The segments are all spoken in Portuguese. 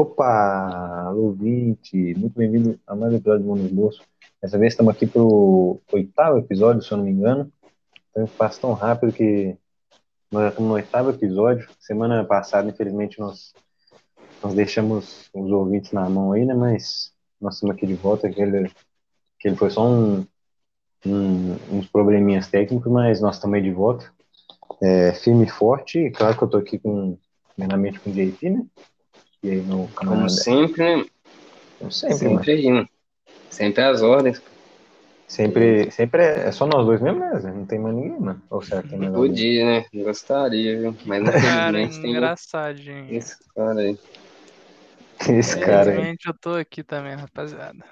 Olá, ouvinte! Muito bem-vindo a mais um episódio do Mundo do Bolso. Dessa vez estamos aqui para o oitavo episódio, se eu não me engano. Então, eu passo tão rápido que nós já estamos no oitavo episódio. Semana passada, infelizmente, nós, nós deixamos os ouvintes na mão aí, né? Mas nós estamos aqui de volta, que ele, que ele foi só um, um- uns probleminhas técnicos, mas nós estamos aí de volta. É, firme e forte, e claro que eu estou aqui com, primeiramente com o JP, né? E aí no canal Como sempre, né? Como sempre, mano. Sempre aí, né? Sempre às ordens. Sempre, sempre é, é só nós dois mesmo, né? Zé? Não tem mais ninguém, mano. Ou será que tem mais alguém? Podia, né? Gostaria, viu? Mas Cara, infelizmente tem engraçadinho. esse cara aí. Esse É, cara aí. Infelizmente eu tô aqui também, rapaziada.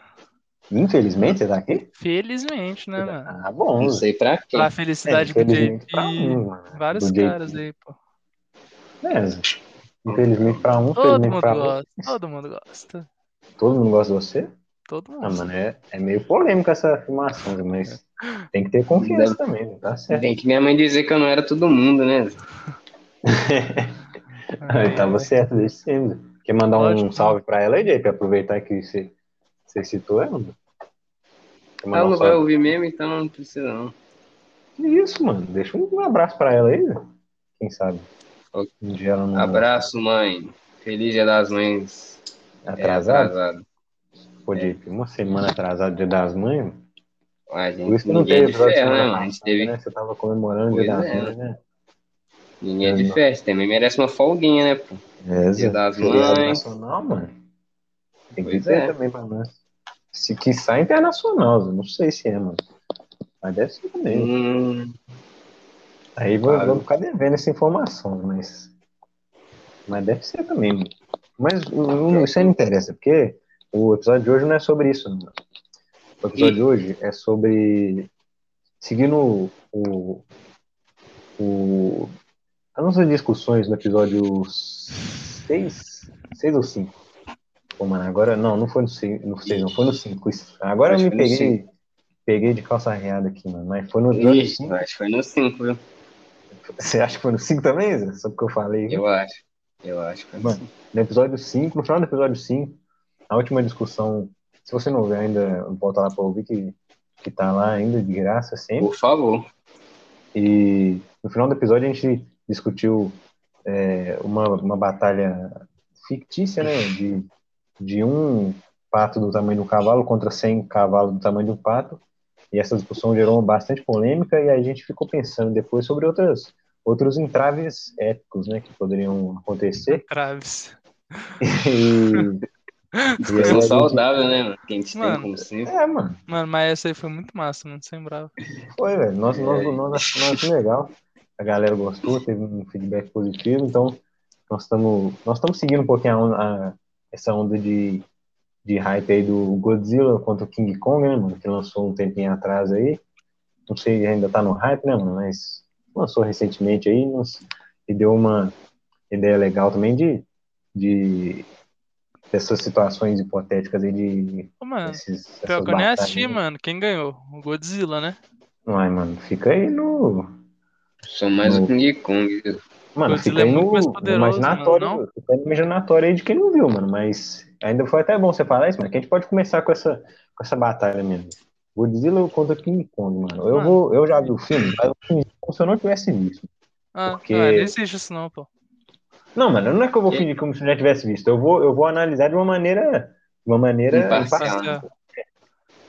Infelizmente, ele tá aqui? Felizmente, né, mano? Ah, bom. Não Zé. sei pra quê. Pra felicidade É, do JP, infelizmente pra um, mano. Do vários JP. caras aí, pô. É, Zé. Infelizmente pra um, Todo infelizmente mundo pra outro. gosta, todo mundo gosta. Todo mundo gosta de você? Todo mundo. Ah, mano, é, é meio polêmica essa afirmação, Zé, mas tem que ter confiança também, Zé. tá certo. Bem que minha mãe dizia que eu não era todo mundo, né? É, Eu tava certo desde sempre. Zé. Quer mandar um Lógico. salve pra ela aí, JP? Aproveitar que você você citou ela, mano. Quer mandar Ela um não vai salve? ouvir mesmo, então não precisa não. Que Isso, mano. Deixa um abraço pra ela aí. né? Quem sabe? Ok. Um dia ela não Abraço, mãe. Feliz dia das mães. É, atrasado. atrasado. é, Pô, Dick, uma semana atrasado dia das mães. Ué, Por isso gente, que não ninguém teve é de episódio ferro, né, semana mano? A gente passada, teve... né? Você tava comemorando o Pois dia das é. mães, né? Ninguém é de festa, também merece uma folguinha, né, pô? É, Dia das Feriado mães. nacional, mano. Tem que Pois ter é. também pra nós. Se quiçá internacional, Zé. não sei se é, mano. Mas deve ser também. Hum, Aí vou- claro. vamos ficar devendo essa informação, mas. Mas deve ser também. mano. Mas não, não- isso aí não interessa, porque o episódio de hoje não é sobre isso. não. O episódio E- de hoje é sobre. Seguindo o. o as nossas discussões no episódio 6. 6 ou 5. Pô, mano, agora. Não, não foi no 6, não, sei, não foi no 5. Agora eu Acho me que foi no peguei. Peguei de calça arreada aqui, mano. Mas foi no episódio ixi, 5. acho que foi no 5, viu? Você acha que foi no 5 também, Zé? Só porque eu falei. Eu acho. Eu acho que foi no Mano, No episódio 5, no final do episódio 5, a última discussão, se você não vê ainda, volta lá pra ouvir que, que tá lá ainda de graça sempre. Por favor. E no final do episódio a gente discutiu é, uma, uma batalha fictícia, né? De, de um pato do tamanho de um cavalo contra 100 cavalos do tamanho de um pato. E essa discussão gerou bastante polêmica e a gente ficou pensando depois sobre outras, outros entraves éticos né, que poderiam acontecer. Traves. E- Discussão a gente- saudável, né, mano? Que a gente tem Mano, como sempre. É, mano. Mano, mas essa aí foi muito massa, não lembrava. Foi, velho. Nós, nós, É. nós, nós achamos legal. A galera gostou, teve um feedback positivo, então nós estamos nós estamos seguindo um pouquinho a onda- a- essa onda de, de hype aí do Godzilla contra o King Kong, né, mano? Que lançou um tempinho atrás aí. Não sei, ainda tá no hype, né, mano? Mas lançou recentemente aí nos- e deu uma ideia legal também de, de dessas situações hipotéticas aí de Ô, mano, esses, essas Ah, pior que eu nem batalhas, assisti, né? mano. Quem ganhou? O Godzilla, né? Uai, mano, fica aí no. Sou mais No- o King Kong. viu? Mano, fica Godzilla é aí muito no, mais no poderoso, imaginatório. não, não? Fica aí no imaginatório aí de quem não viu, mano. Mas ainda foi até bom você falar isso, mano. Que a gente pode começar com essa, com essa batalha mesmo. Godzilla contra King Kong, mano. Eu, Mano. vou, eu já vi o filme, mas eu fingi como se eu não tivesse visto. Ah, Porque- não, não existe isso não, pô. Não, mano, não é que eu vou Que- fingir como se eu já tivesse visto. Eu vou, eu vou analisar de uma maneira. De uma maneira. Imparcial. imparcial. Parcial.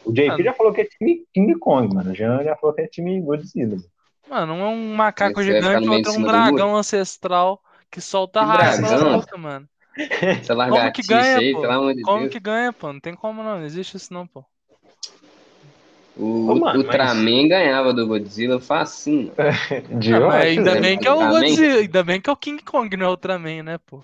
O JP Mano. já falou que é time King Kong, mano. O Jean já falou que é time Godzilla. Mano, um é um macaco Esse vai ficar gigante, no meio outro é de um cima do muro. dragão ancestral que solta Que raio pela dragão? boca, mano. Essa Como que ganha, lagartixa aí, pô? pelo amor de Como Deus. que ganha, pô? Não tem como não, não existe isso não, pô. O Ô, mano, Ultraman ganhava do Godzilla assim, facinho. De Ah, mas acho, ainda né? bem que é o Ultraman. Godzilla, ainda bem que é o King Kong, não é o Ultraman, né, pô?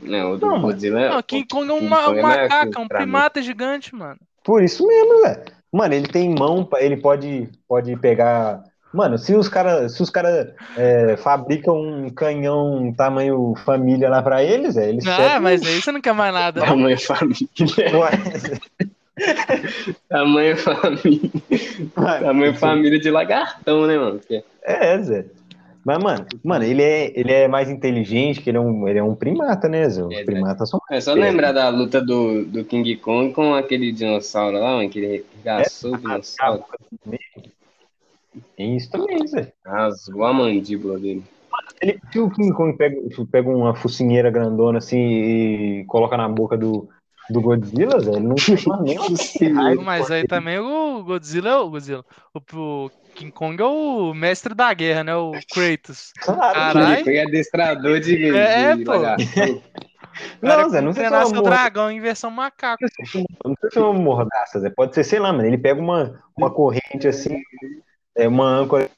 Não, o do Não, mano. Godzilla é. Não, o King Kong é um, ma- Kong um é maior que o macaco, é um Ultraman. primata gigante, mano. Por isso mesmo, velho. Mano, ele tem mão, pra- ele pode, pode pegar. Mano, se os caras se os cara, é, fabricam um canhão tamanho família lá pra eles, é, eles Ah, servem- mas aí você não quer mais nada. não. Tamanho é família. Uai, Tamanho família. é uai, Tamanho família de lagartão, né, mano? Porque É, Zé. Mas, mano, mano, ele é, ele é mais inteligente, que ele é um, ele é um primata, né, Zé? Os Verdade. primatas são. É só lembrar da luta do, do King Kong com aquele dinossauro lá, mano, que ele regaçou o dinossauro, É isso também, Zé. rasgou a mandíbula dele. Ele, se o King Kong pega, pega uma focinheira grandona assim e coloca na boca do, do Godzilla, Zé, ele não chama nem uma Não, Mas aí também o Godzilla é o Godzilla. O, o King Kong é o mestre da guerra, né? O Kratos. Claro, né? Caralho. Ele foi adestrador de. É, de pô. lagarto. Não, Zé, não sei se é será uma seu mordaça. dragão em versão macaco. Não sei se é uma mordaça, Zé. Pode ser, sei lá, mano. Ele pega uma, uma corrente assim, é uma âncora,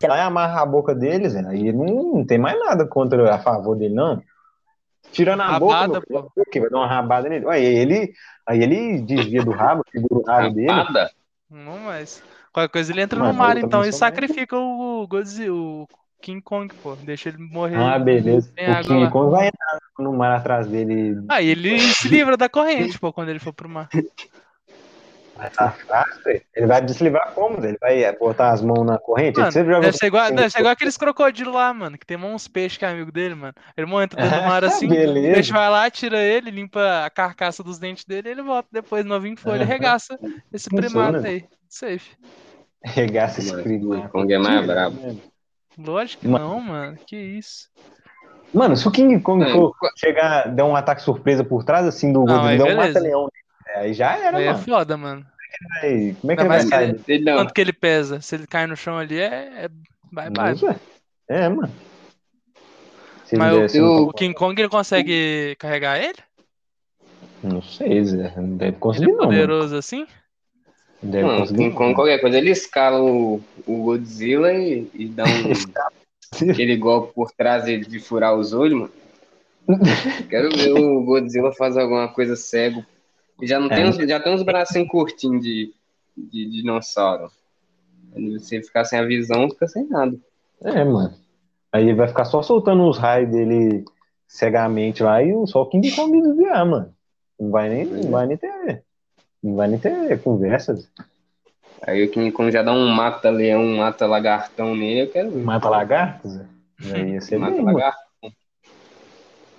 sei lá, e amarra a boca dele, Zé. Aí não, não tem mais nada contra a favor dele, não. Tirando a Rabada, boca, meu, pô. o quê? vai dar uma rabada nele. Aí ele, aí ele desvia do rabo, segura o rabo dele. Rapada? Não, mas. Qualquer coisa ele entra Mas no mar eu também então e sou sacrifica o Godzilla, o King Kong, pô. Deixa ele morrer. Ah, beleza. o Tem Hum, água King lá. Kong vai entrar no mar atrás dele. Aí Ah, ele se livra da corrente, pô, quando ele for pro mar. atrás, Zé. Ele vai deslivar como? Zé? Ele vai é, botar as mãos na corrente? Mano, Você já viu- Deve ser, igual, deve ser igual aqueles crocodilos lá, mano, que tem uns peixes que é amigo dele, mano. Ele entra dentro do mar assim, o Beleza. peixe vai lá, tira ele, limpa a carcaça dos dentes dele, ele volta depois, novinho em folha, Aham. regaça esse Funciona. primata aí. Safe. Regaça esse Mano, crime. King Kong é mais brabo. Lógico que Mano. não, mano. Que isso. Mano, se o King Kong É, for chegar, der um ataque surpresa por trás, assim, do Não, aí Rodrigo, der um beleza. mata-leão. né? Aí já era, Aí é mano. foda, mano. Aí, como é que Ainda ele vai mais sair? Ele não. Quanto que ele pesa? Se ele cai no chão ali, é. é... Bye bye. Nossa. É, mano. Se ele Mas der, assim, eu- O King Kong ele consegue carregar ele? Não sei, Zé. Não deve Ele conseguir, é não. mano. poderoso assim? Não deve Não, conseguir. Hum, King Kong, qualquer coisa, ele escala o, o Godzilla e, e dá um, aquele golpe por trás dele de furar os olhos, mano. Quero ver o Godzilla fazer alguma coisa cego. Ele Já, não tem, É. uns, já tem uns bracinhos curtinhos de, de dinossauro. Quando Você ficar sem a visão, fica sem nada. É, mano. Aí ele vai ficar só soltando os raios dele cegamente lá e o- só o King Kong desviar, mano. Não vai nem, não vai nem ter. Não vai nem ter conversa. Zé. Aí o King Kong já dá um mata-leão, um mata-lagartão nele, eu quero ver. Mata lagartos, Hum, Zé. Aí ia ser bem, mano. Mata-lagarto.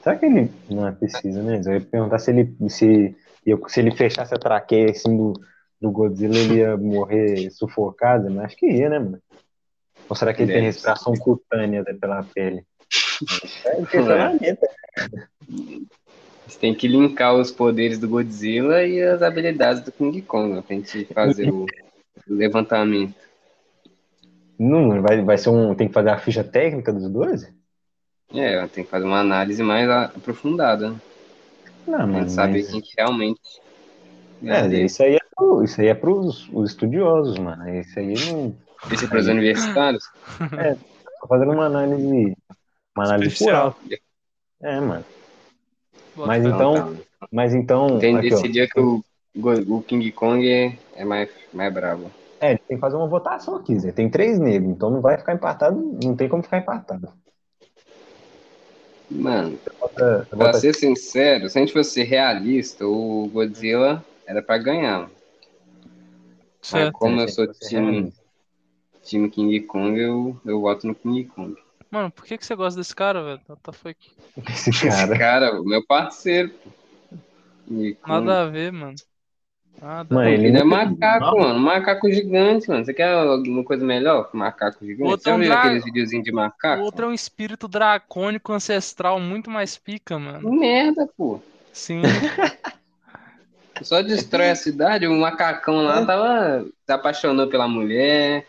Será que ele. Não, é precisa, né? Eu ia perguntar se ele. Se, eu- se ele fechasse a traqueia assim do, do Godzilla, ele ia morrer sufocado, mas acho que ia, né, mano? Ou será que ele Deve tem respiração cutânea né, pela pele? É um questionamento. Você tem que linkar os poderes do Godzilla e as habilidades do King Kong, né? Tem que fazer o levantamento. Não, não, vai, vai ser um. Tem que fazer a ficha técnica dos dois? É, ela tem que fazer uma análise mais a- aprofundada, né? Não, Pra mano. saber Hum, mas- quem que realmente. É, esse isso aí é, pro, isso aí é pros os estudiosos, mano. Isso aí não. é para os universitários. Tô fazendo uma análise. Uma análise Superficial. plural. É, mano. Bota Mas fé. então- Mas então. tem aqui, ó. decidir que o, Go- o King Kong é, é mais, mais brabo. É, a gente tem que fazer uma votação aqui, Zé. Tem três negros, então não vai ficar empatado, não tem como ficar empatado. Mano, Vota, pra vota- ser sincero, se a gente fosse realista, o Godzilla era pra ganhar. Mas Certo. como eu Zé, sou você time, realista. time King Kong, eu, eu voto no King Kong. Mano, por que, que você gosta desse cara, velho? What the fuck? Esse Esse cara. cara, o meu parceiro. pô. King Kong. Nada a ver, mano. Nada. Mano, Ele, ele é não- macaco, Não. mano. Macaco gigante, mano. Você quer alguma coisa melhor que macaco gigante? Outro Você já viu andar- aqueles videozinhos de macaco? O outro é um espírito dracônico ancestral muito mais pica, mano. Merda, pô. Sim. Só destrói a cidade. O macacão lá tava. Se apaixonou pela mulher.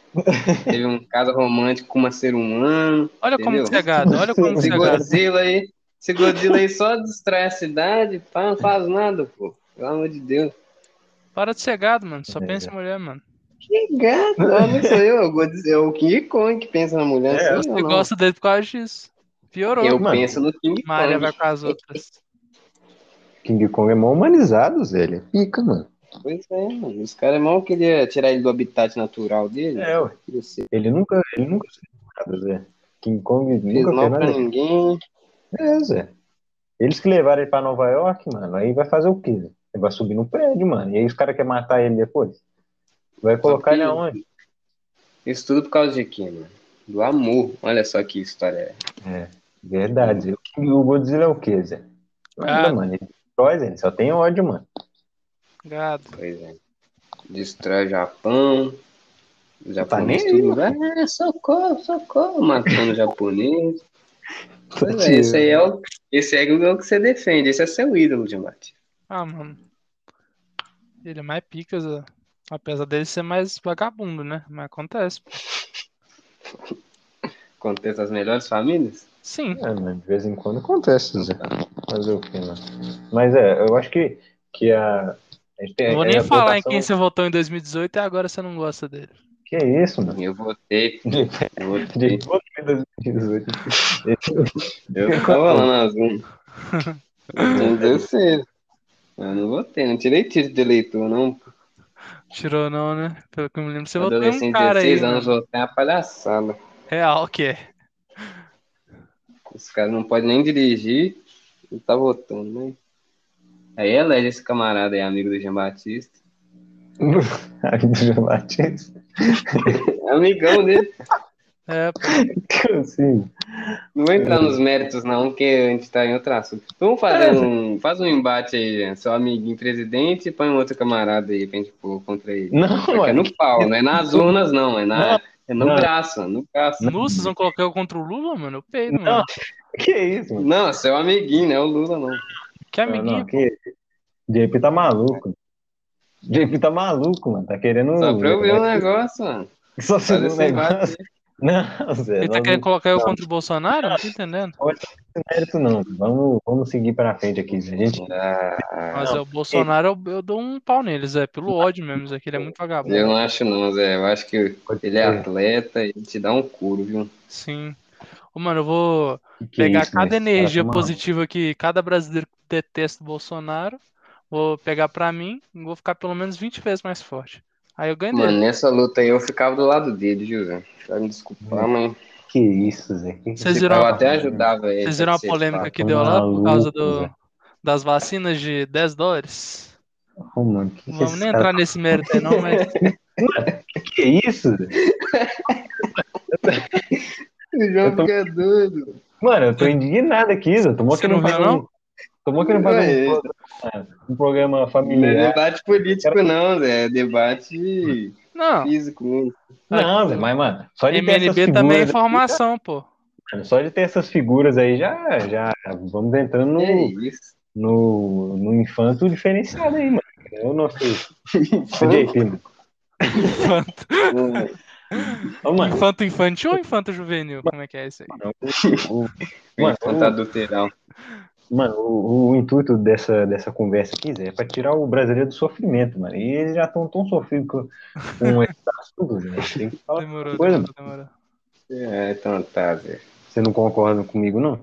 Teve um caso romântico com uma ser humano. Olha como Entendeu? cegado, olha como é Esse cegado. Godzilla aí. Esse Godzilla aí só destrói a cidade. pá, Não faz nada, pô. Pelo amor de Deus. Para de cegado, mano. Só pensa em mulher, mano. Que gato. Não sou eu. é o Godz- É o King Kong que pensa na mulher. É, sou eu, Você não. gosta dele por causa disso. Piorou. Eu Mano. penso no King Kong. Maria vai com as outras. King Kong é mal humanizado, Zé. Ele é pica, mano. Pois é, mano. Os caras mal queriam tirar ele do habitat natural dele. É, ué. Queria ser- Ele nunca, ele nunca fez nada, Zé. King Kong Fez nunca mal fez pra nada. ninguém. É, Zé. Eles que levaram ele pra Nova York, mano, aí vai fazer o quê? Zé? Ele vai subir no prédio, mano. E aí os caras querem matar ele depois. Vai colocar ele que- aonde? Isso tudo por causa de quê, mano? do amor. Olha só que história. É, verdade. O que- O Godzilla é o quê, Zé? é Nada, Ah. mano. Ele destrói, Zé. Ele só tem ódio, mano. Gado. Pois é. Destrói o Japão. O japonês Tá nem aí, tudo. Ah, socorro, socorro, matando o japonês. Pois Tá é, esse aí é o, esse aí é o que você defende. Esse é seu ídolo de mate. Ah, mano. Ele é mais pica, Zé. Apesar dele ser mais vagabundo, né? Mas acontece. Contexto as melhores famílias? Sim. É, mano, de vez em quando acontece, Zé. Fazer o quê, mano? Mas é, eu acho que, que a. a gente tem- Não vou é nem a falar em votação- quem um você votou em 2018 e agora você não gosta dele. Que é isso, mano? Eu votei. Eu De votei. voto em 2018. Eu tava lá na Zoom. Mas eu sei. Eu não votei, não tirei tiro de eleitor, não. Tirou não, né? Pelo que eu me lembro, você votou em um Adolescente de cara aí. 16 anos, votar é uma palhaçada. mano. Real que é. Os caras não podem nem dirigir e tá votando, né? Aí elege esse camarada aí, amigo do Jean Batista. Aí do Jean Batista. É amigão dele. É, pô. Que assim? Não vou entrar nos méritos, não, porque a gente tá em outro assunto. Vamos fazer É. um. Faz um embate aí, Jean. Seu amiguinho presidente e põe um outro camarada aí pra gente pôr contra ele. Só Não, que é mano. no pau, não é nas urnas, não. É, na, é no não. braço, é no braço. Nu, vocês vão colocar eu contra o Lula, mano? Eu peido, Não. mano. Que isso, mano? Não, seu amiguinho, não é o Lula, não. Que Não, amiguinho. não, que... JP tá maluco. JP tá maluco, mano. Tá querendo. Só pra eu ver um negócio, mano. Só se Fazer um esse negócio. embate. Não, Zé. Ele tá nós querendo não colocar eu contra o Bolsonaro? Não tô entendendo. temos mérito, não. Vamos, vamos seguir pra frente aqui, Zé. Gente, Ah, Mas é, o Bolsonaro, eu, eu dou um pau nele, Zé. Pelo ódio mesmo, Zé. Que ele é muito vagabundo. eu não acho, não, Zé. Eu acho que ele é atleta e te dá um couro, viu? Sim. Ô, mano, eu vou que pegar isso, cada né? energia Cara, tá maluco. positiva que cada brasileiro que detesta o Bolsonaro. Vou pegar pra mim e vou ficar pelo menos 20 vezes mais forte. Aí eu ganho dele. Mano, nessa luta aí eu ficava do lado dele, viu, Zé? Vai me desculpar, mas Que isso, Zé. Que Vocês que viram- eu você tá até falando? ajudava ele. Vocês viram a pra polêmica ser que deu lá por causa é maluco, do, Zé. das vacinas de 10 dólares? Ô, mano, tá que que Não vamos esses nem caras- entrar nesse mérito aí, não, mas. tá- Que isso, Zé? fácil. O João fica é doido. Mano, eu tô indignado aqui, Zé. Tomou Você que não não viu, faz um- não? Tomou que não faz um, Ué. programa- um programa Não é familiar. debate político, não, Zé. É debate Não. físico mesmo. Não, Zé, mas, mano, só de ter essas MNB também é figuras aí- informação, pô. Mano, Só de ter essas figuras aí já, já vamos entrando É no, isso. no, no infanto diferenciado aí, mano. É Eu não sei. O JP, mano. Infanto, Ô, mano, infanto infantil ou infanto juvenil? Como é que é isso aí? o, Mano, Mano, tá adulterão. mano, o, o intuito dessa, dessa conversa aqui Zé, é pra tirar o brasileiro do sofrimento, mano. E eles já estão tão sofridos com, com esse assunto, Zé. Tem que falar. Demorou, Coisa. demorou, demorou. É, então tá, Zé. Você não concorda comigo, não?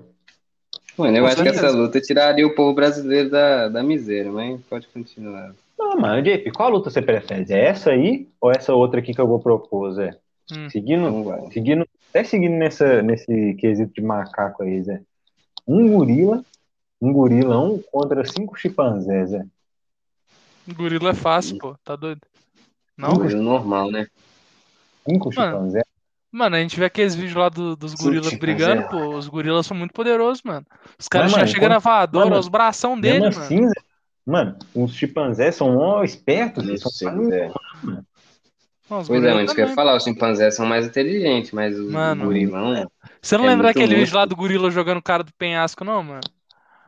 Mano, eu Com acho que certeza. essa luta tiraria o povo brasileiro da, da miséria, mas pode continuar. Não, mano, JP, qual luta você prefere? É essa aí ou essa outra aqui que eu vou propor, Zé? Hum. Seguindo Então vai. Seguindo, até seguindo nessa, nesse quesito de macaco aí, Zé. Um gorila, um gorilão contra cinco chimpanzés, Zé. Gorila é fácil, pô. Tá doido? Uma Não? coisa normal, né? Um Cinco Mano, chimpanzés. Mano, a gente vê aqueles vídeos lá do- dos Sim, gorilas tipo, brigando, Zé. pô. Os gorilas são muito poderosos, mano. Os caras Mas, já mano, chegam na mas, voadora, mano, os bração dele, Mesmo um mano. assim, Zé. Mano, os chimpanzés são mó espertos, eles Isso, são se quase um- quiser. Não, os Pois é, gorila mas isso que eu ia também. falar, os chimpanzés são mais inteligentes, mas o Mano. gorilão é. Você não é lembra muito aquele vídeo monstro. lá do gorila jogando o cara do penhasco, não, mano?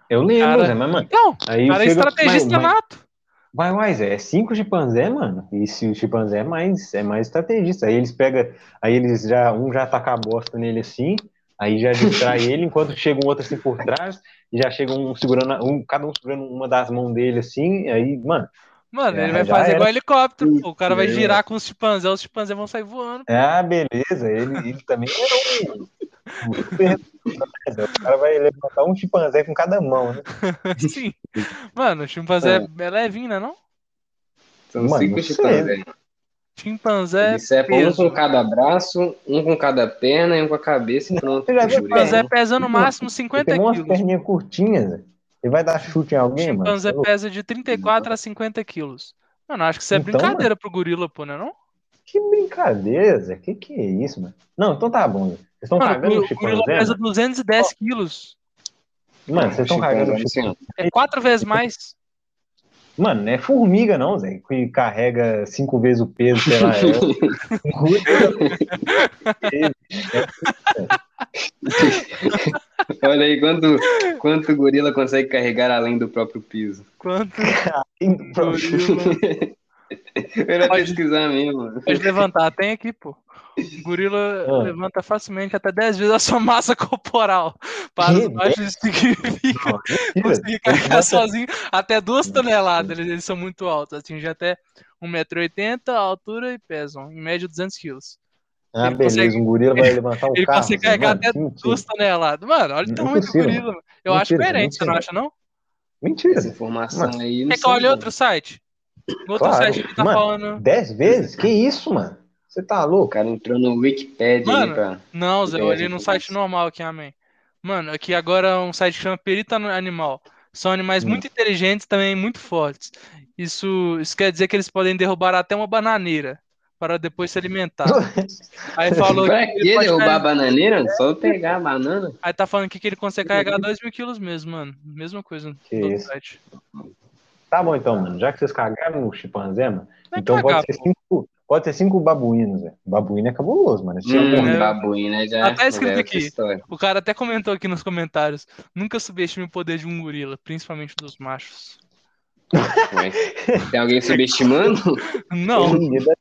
Eu lembro, Cara- Zé, mas, mano, Não, aí o cara é chega- estrategista mas- mas- nato. Vai, vai, Zé, é cinco chimpanzés, mano. E se o chimpanzé é mais, é mais estrategista. Aí eles pegam, aí eles já, um já taca a bosta nele assim, aí já distrai ele, enquanto chega um outro assim por trás, e já chega um segurando, a- um, cada um segurando uma das mãos dele assim, aí, mano, Mano, É, ele vai já fazer era. é. igual helicóptero, pô. O cara vai Meu. girar com os chimpanzés, os chimpanzés vão sair voando. ah, beleza, ele, ele também é um, um super- O cara vai levantar um chimpanzé com cada mão, né? Sim. Mano, o chimpanzé é, é levinho, né, não? São Mano, é cinco não sei. chimpanzés. Chimpanzé, é Eles separam um peso. né? com cada braço, um com cada perna e um com a cabeça e pronto. Você já viu Gorilão. chimpanzé pesa no máximo 50 né? Tem umas é quilos. perninhas curtinhas, Zé. Ele vai dar chute em alguém, mano. Chimpanzé pesa de 34 a 50 quilos. Mano, acho que isso é Então, brincadeira pro gorila, pô, né, não? Que brincadeira, Zé. Que que é isso, mano? Não, então tá bom. Vocês estão Mano, cagando o o, o gorila chimpanzé? né? pesa 210 quilos. mano? Mano, vocês estão cagando o chimpanzé. assim. É quatro vezes mais. Mano, não é formiga, não, Zé, que carrega cinco vezes o peso, sei lá. um É... Olha aí quanto, quanto gorila consegue carregar além do próprio piso. Quanto gorila. Gorila. Era Pode- pesquisar mesmo. mano. Pode levantar, tem aqui, pô. O gorila Ah. levanta facilmente até 10 vezes a sua massa corporal. Para os Que baixos, isso significa Não, mentira. conseguir carregar sozinho até 2 toneladas. Eles, eles são muito altos, atingem até 1,80m a altura e pesam, em média, 200 quilos. Ah, Ele beleza, consegue- um gorila vai levantar o ele carro. consegue Zé, mano, carregar até que mentira. 2 toneladas. Mano, olha o tamanho do Impossível, gorila. mano. Eu acho é Mentira, é coerente, você não mentira. acha, não? Mentira, Essa Zé. informação Mano, aí. não É que sei olha não. outro site. No outro Claro. site ele tá Mano, falando. dez vezes? Que isso, mano? Você tá O louco? cara entrou no Wikipedia ali Mano, pra. Não, Zé, Então, Ideia eu olhei de num informação. site normal aqui, amém. Mano, aqui agora é um site que chama Perita no- Animal. São animais Hum. muito inteligentes, também muito fortes. Isso, isso quer dizer que eles podem derrubar até uma bananeira para depois se alimentar. Aí falou é Pra né? que que ele pode derrubar a carregar- bananeira? Só pegar a banana. Aí tá falando aqui que ele consegue carregar 2 mil quilos mesmo, mano. Mesma coisa no é Que todo isso. site. Tá bom então, mano. Já que vocês cagaram no chimpanzé, mano, Vai então cagar, pode ser pô. cinco. Pode ser cinco babuínos, velho. Babuíno é cabuloso, mano. Esse é um Hum, morro. babuína já. Tá até escrito já é aqui. outra história. O cara até comentou aqui nos comentários: nunca subestime o poder de um gorila, principalmente dos machos. Mas Tem alguém subestimando? Não, Ninguém dá-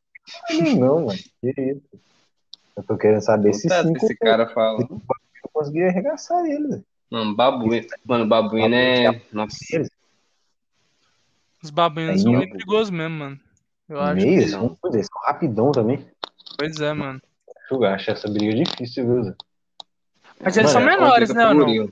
Não, mano. Que isso? Eu tô querendo saber se Tá, cinco esse cara fala. eu consegui arregaçar ele, velho. Mano, babuína. Mano, babuína é. Nossa. os babuínos Aí, são ó. muito perigosos mesmo, mano. Eu acho. Meio, assim, que não. vamos fazer isso. Rapidão também. Pois é, mano. Eu acho essa briga é difícil, viu, Zé? Mas eles Mano, são menores, né, ou não? Gorila.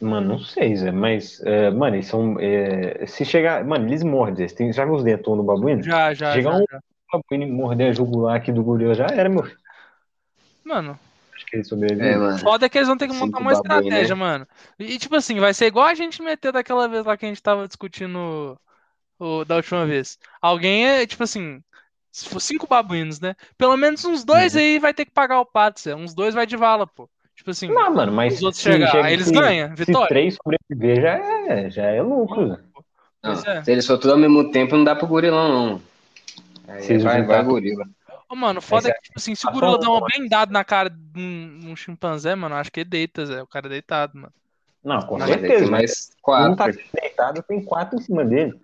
Mano, não sei, Zé, mas, é, mano, eles são. é, se chegar. Mano, eles mordem. Eles têm, já viu os dentons do babuíno? Já, já, Chega já, um- já. O babuíno morder a jugular aqui do gorila já era, meu filho. Mano, Acho que ele sobreviveu. É, mano. foda é que eles vão ter que Cinco montar uma babu aí, estratégia, mano. E, e, tipo assim, vai ser igual a gente meteu daquela vez lá que a gente tava discutindo o- da última vez. Alguém é, tipo assim, se for cinco babuínos, né? Pelo menos uns Uhum. dois aí vai ter que pagar o pato, Zé. uns dois vai de vala, pô. Tipo assim, Não, mano, mas os outros se chegar, chega aí eles se- ganham, Se vitória. três sobreviver já é, já é lucro. Zé. Não, Pois é. Se eles for tudo ao mesmo tempo, não dá pro gorilão, não. Aí Se eles vai, juntar- vai gorila. Ô, mano, foda é Mas que, tipo assim, se tá o gorila falando, dá uma mano. blindada na cara de um, um chimpanzé, mano, acho que ele deita, Zé. O cara é deitado, mano. Não, com Mas aí certeza, tem mas mais um quatro. tá deitado, tem quatro em cima dele.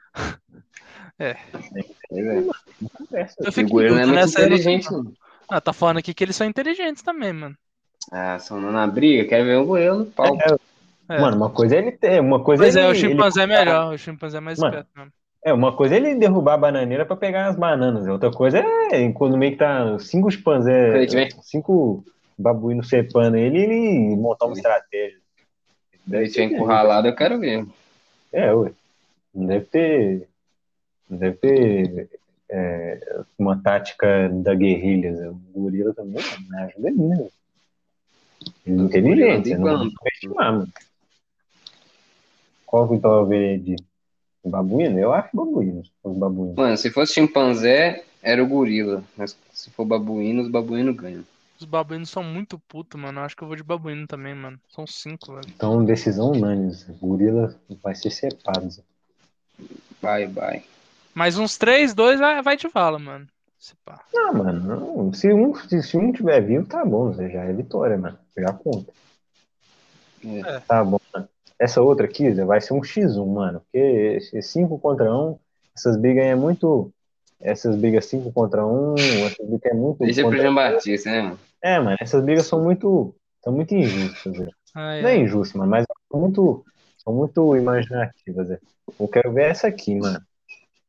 Pois é. Não conversa. Eu E fico o em gorila não é dúvida, muito nessa aí eu não sei inteligente, não. não. Ah, tá falando aqui que eles são inteligentes também, mano. Ah, só não na briga, quero ver o gorila no pau. É. Mano, uma coisa ele tem, uma coisa Pois ele, é, o ele- tá- chimpanzé é melhor, o chimpanzé é mais Mano. esperto mesmo. é, uma coisa é ele derrubar a bananeira pra pegar as bananas. Zé. Outra coisa é quando meio que tá cinco Quando chimpanzé, ele tiver- cinco babuínos cepando ele, ele montar uma Sim. estratégia. Se ele tiver encurralado, eu quero ver. É, ué. Não deve ter. Não deve ter é, uma tática da guerrilha. Zé. O gorila também não ajuda ele, né? Ele é inteligente, Gorila não tem não subestimar, mano. Qual que então eu veria de babuíno? Eu acho babuíno, os babuínos. Mano, se fosse chimpanzé, era o gorila. Mas se for babuíno, os babuínos ganham. Os babuínos são muito putos, mano. Eu acho que eu vou de babuíno também, mano. São cinco, velho. Então, decisão unânime. Zé. O gorila vai ser separado. Zé. Bye, bye. Mas uns três, dois vai, vai de vala, mano. Se pá. Ah, mano, não. Se um, se, se um tiver vivo, tá bom, Zé. já é vitória, mano. Já conta. É. Tá bom. mano. Essa outra aqui Zé, vai ser um X1, mano. Porque 5 contra 1, essas brigas aí é muito. Essas brigas 5 contra 1, essas brigas é muito. Deixa pro contra- Jean Batista, né, mano? É, mano, essas brigas são muito. São muito injustas, Zé. Ai, Não é injusto, mano, mas são muito. São muito imaginativas, Zé. Eu quero ver essa aqui, mano.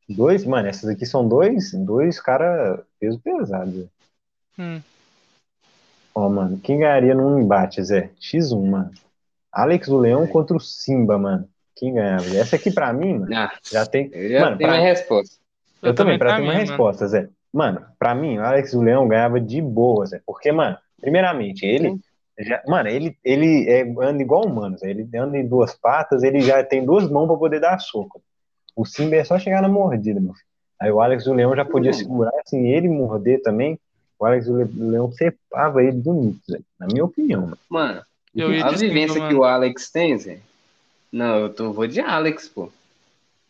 Dois, mano, essas aqui são dois, dois cara peso pesado, Zé. Hum. Ó, mano, quem ganharia num embate, Zé? X1, mano. Alex do Leão contra o Simba, mano. Quem ganhava? Essa aqui pra mim, mano, Ah, já tem. eu já Mano, tenho pra- minha resposta. Eu, também, pra ter uma mim, mano. resposta, Zé. Mano, pra mim, o Alex do Leão ganhava de boa, Zé. Porque, mano, primeiramente, ele. Já, mano, ele, ele é, anda igual humano, Zé. Ele anda em duas patas, ele já tem duas mãos pra poder dar soco. O Simba é só chegar na mordida, meu filho. Aí o Alex do Leão já podia segurar, se ele morder também, o Alex do Leão cepava ele bonito, Zé, na minha opinião. Mano. Mano, Eu ia a de vivência Sigma, que mano. o Alex tem, Zé. Não, eu tô, vou de Alex, pô.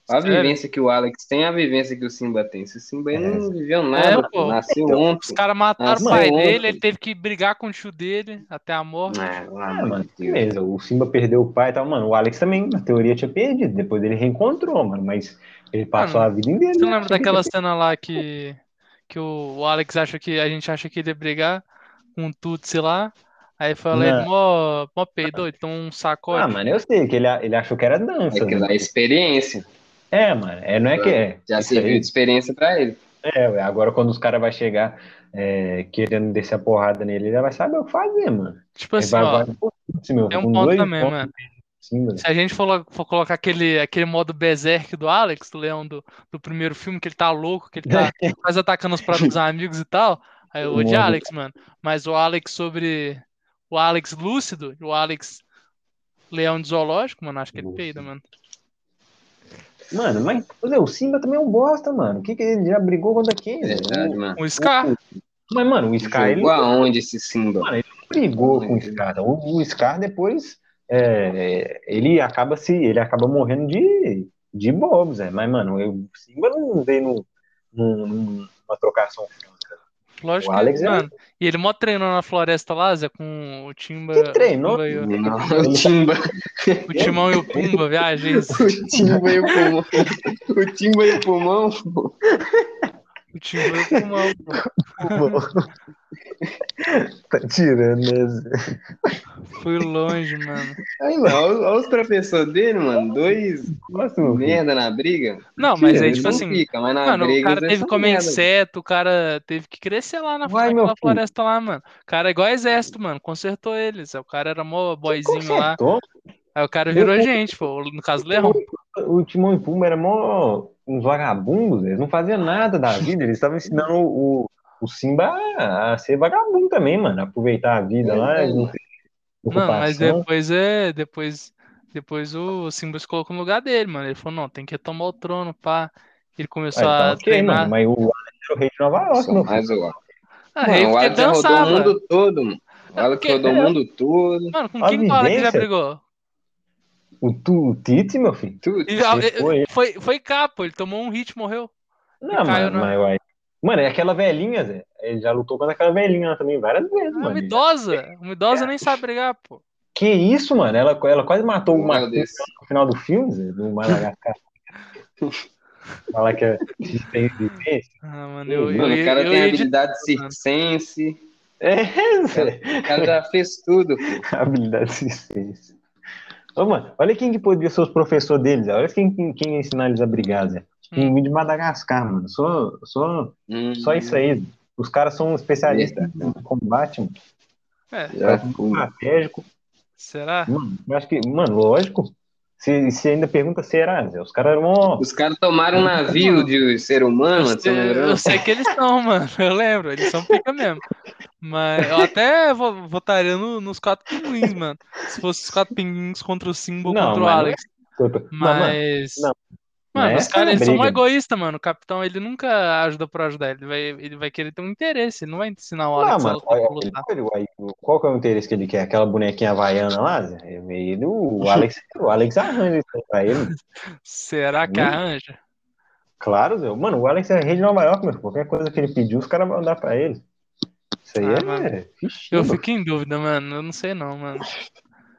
A Sério? vivência que o Alex tem é a vivência que o Simba tem. Se o Simba aí É. Então, não viveu nada, pô. nasceu Os ontem. caras mataram Nossa, o pai ontem. dele, ele teve que brigar com o tio dele até a morte. Ah, pelo Ah, amor mano, de Deus. beleza, o Simba perdeu o pai e tal, mano, o Alex também, na teoria, tinha perdido, depois ele reencontrou, mano, mas ele passou Mano, a vida inteira. Você né? lembra daquela cena lá que, que o o Alex acha que a gente acha que ele ia brigar com o Tutsi lá? Aí fala ele, Não. mó, mó peidou, então um Ah, sacode. mano, eu sei que ele, ele achou que era É dança, que né? lá é experiência. É, mano, é, não é que é. Já Isso aí- serviu de experiência pra ele. É, ué, agora quando os caras vão chegar é, querendo descer a porrada nele, ele já vai saber o que fazer, mano. Tipo Ele assim, vai, ó, vai, putz, meu, tem um é com ponto dois também, pontos mano. em cima, Se a gente for, for colocar aquele, aquele modo berserk do Alex, do leão do, do primeiro filme, que ele tá louco, que ele tá É. quase atacando os próprios amigos e tal, aí eu vou de Mano. Alex, mano. Mas o Alex sobre. O Alex lúcido, e o Alex leão de zoológico, mano, acho que ele Lúcido. peida, mano. Mano, mas ô, Zé, o Simba também é um bosta, mano. O que, que ele já brigou contra quem? É Zé? verdade, O- mano. O Um Scar. Mas, mano, o Scar ele Jogou aonde esse Simba? Mano, brigou com o Scar. O, o Scar depois é, ele acaba se. ele acaba morrendo de, de bobo, Zé. Mas, mano, eu, o Simba não veio no, no- numa trocação franca. Lógico O que, Alex é- mano. E ele mó treinou na floresta lá, Zé, com o Timba. Que treinou? o Pumba e o- Não, o Timba. O Timão e o Pumba, viagem. O Timba e o pulmão. O Timba e o pulmão. O Timão e o Pumão. pô. tá tirando, né, Zé? Fui longe, mano. Aí, mano, olha, os- olha os professores dele, mano. Dois Nossa, mano. assim, merda na briga. Não, mas aí, Ele tipo não assim. Fica, mas na Ah, Mano, o briga, cara eles teve são que comer merda. inseto, o cara teve que crescer lá na é Vai, meu naquela filho. floresta lá, mano. O cara é igual exército, mano. Consertou eles. O cara era mó boyzinho lá. Consertou? Aí o cara virou Eu- gente, pô. No caso, Leão. O Timão e Pumba era mó uns vagabundos, eles não faziam nada da vida, eles estavam ensinando o, o Simba a, a ser vagabundo também, mano, a aproveitar a vida lá, não ter Mano, é mas ocupação. depois é. Depois, depois o Simba se colocou no lugar dele, mano. Ele falou, não, tem que retomar o trono, pá. Ele começou Ah, a então, ok, treinar. mano, mas o Alex era o rei de Nova York, meu filho. Mas o Ah, Não, ele o porque Alex já rodou o dançava. mundo todo, mano. O Alex Porque- rodou o mundo todo. Mano, com A quem que o Alex já vivência. brigou? O, tu, o Tite, meu filho. Tudo. E a- Ele foi- eh, foi, foi cá, pô. Ele tomou um hit, morreu. Não, caiu mano, né? na- mas uai. Mano, é aquela velhinha, Zé. Ele já lutou contra aquela velhinha lá também várias vezes, Ah, mano. é. uma idosa. Uma idosa nem sabe brigar, pô. Que isso, mano? Ela, ela quase matou o Meu Marcos Deus. no final do filme, Zé, do Madagascar. Falar que é desistência. Ah, mano, eu, eu, Mano, o ia- cara eu tem ia de- né? habilidade mano. circense. É, Zé. O cara já fez tudo. pô. Habilidade de assistência. Ô, mano, olha quem que podia ser os professores deles. Zé. Olha quem, quem, quem ia ensinar eles a brigar, Zé. Hum. Um de Madagascar, mano. Só, só, Hum, só isso aí. Zé. Os caras são especialistas Eita. em combate, mano. É, Hum, Já ficou. estratégico. será? Mano, eu acho que, mano, lógico. Se, se ainda pergunta, será, Zé? Os caras eram mó. Os caras tomaram um navio de ser humano, mano. você eu, não sei, lembrou? eu sei que eles são, mano. Eu lembro, eles são pica mesmo. Mas eu até vo- votaria no- nos quatro pinguins, mano. Se fosse os quatro pinguins contra o Simba ou Não, contra o mas não é Alex. Mas, mano, Mas. não. Mano, Não é os caras, essa eles são um briga. egoísta, mano. O capitão, ele nunca ajuda pra ajudar. Ele vai, ele vai querer ter um interesse. Ele não vai ensinar o Ah, Alex a mano, lutar olha, pra ele lutar. pode, uai, qual que é o interesse que ele quer? Aquela bonequinha havaiana lá, Zé? Ele, o Alex, o Alex arranja isso aí pra ele. Será que Hum. arranja? Claro, Zé. Mano, o Alex é rei de Nova York, meu. Qualquer coisa que ele pediu, os caras vão dar pra ele. Isso aí Ah, é. mano. Ixi, Eu mano. fico em dúvida, mano. Eu não sei não, mano.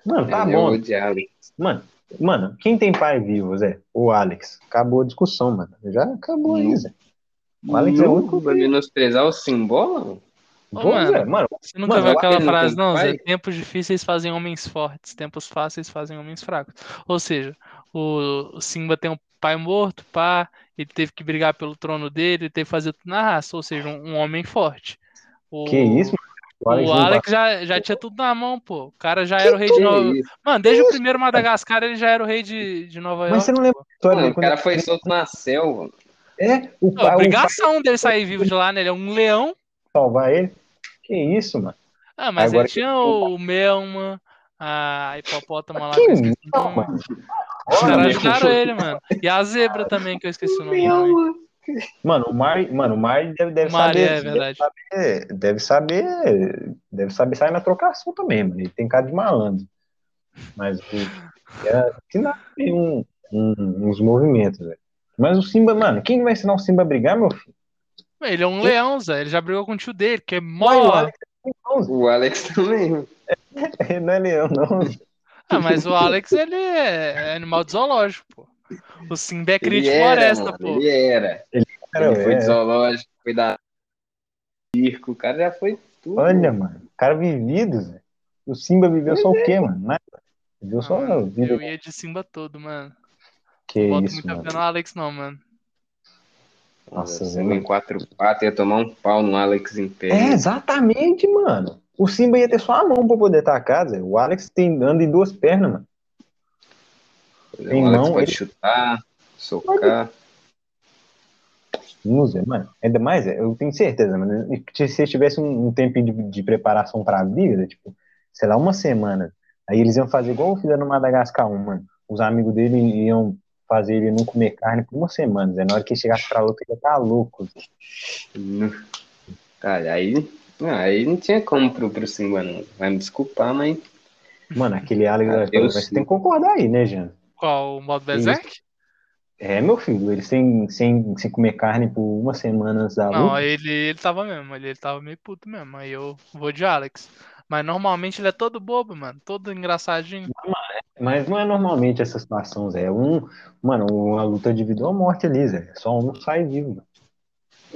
Mano, tá Eu bom. odiava. Mano, mano, quem tem pai vivo, Zé? O Alex. Acabou a discussão, mano. Já acabou aí, Zé. O Alex é o único Vai menosprezar o simbolo? Ô, Bom, mano. Zé, mano. Você nunca Mano, viu lá aquela ele não frase, tem não, Zé? pai? Tempos difíceis fazem homens fortes, tempos fáceis fazem homens fracos. Ou seja, o o Simba tem um pai morto, pá, ele teve que brigar pelo trono dele, ele teve que fazer tudo na raça, ou seja, um, um homem forte. O, Que isso, o mano. Alex, não já, já tinha tudo na mão, pô. O cara já era o rei Que de Nova... isso? Mano, desde o primeiro Madagascar ele já era o rei de, de Nova Mas você York. não lembra pô. a história Mano, dele o cara quando- foi solto na selva. É, o Não, pai, o pai obrigação dele sair vivo de lá, né? Ele é um leão. salvar ele. Que isso, mano. Ah, mas Agora ele que- tinha o Melma, a hipopótama lá que eu Que esqueci o não, nome. mano. Os Olha, caras meu. ajudaram ele, mano. E a zebra também, que eu esqueci o nome. também. Mano, o Mari, mano, o Mari deve, deve O Mari, saber. é verdade. Deve saber, É, deve saber. Deve saber sair na trocação também, mano. Ele tem cara de malandro. Mas o- é, que nada, tem um- um- uns movimentos, velho. Mas o Simba, mano, quem vai ensinar o Simba a brigar, meu filho? Ele é um leão, Zé. Ele já brigou com o tio dele, que é Não, o mó. Alex é leão, O Alex também. Zé. Não é leão, não. Ah, mas o Alex, ele é animal de zoológico, pô. O Simba é cria de Ele era, floresta, mano, pô. Ele era. Cara, ele foi é. de zoológico, foi da circo, o cara já foi tudo. Olha, mano, cara vivido, Zé. O Simba viveu só o quê, mano? Nada. Viveu só a vida. Eu ia de Simba todo, mano. é Que é Não boto isso, muita mano. fé no Alex, não, mano. Nossa, Se Zé, eu em 4 4 ia tomar um pau no Alex em pé. É, exatamente, mano. O Simba ia ter só a mão pra poder tacar, Zé. O Alex tem, anda em duas pernas, mano. o Alex não, pode ele- chutar, socar. Não, Zé, mano. Ainda mais, Zé, eu tenho certeza, mano. Se se tivesse um, um tempinho de, de preparação pra briga, Zé, tipo, sei lá, uma semana. Aí eles iam fazer igual fizeram no Madagascar 1, mano. Os amigos dele iam fazer ele não comer carne por uma semana, Zé. Na hora que ele chegasse pra outra, ele ia tá louco. Zé. Nu. Hum. Cara, aí, não, aí não tinha como pro, pro Simba, não. Vai me desculpar, mas Mano, aquele Alex, Ah, eu você sei. tem que concordar aí, né, Jean? Qual? O modo Isso. Berserk? É, meu filho, ele sem, sem, sem comer carne por uma semana antes da Não, luta. ele, ele tava mesmo, ele, ele tava meio puto mesmo. Aí eu vou de Alex. Mas normalmente ele é todo bobo, mano. Todo engraçadinho. Mas não é normalmente essa situação, Zé. É Um, mano, uma luta de vida ou morte ali, Zé. Só um sai vivo.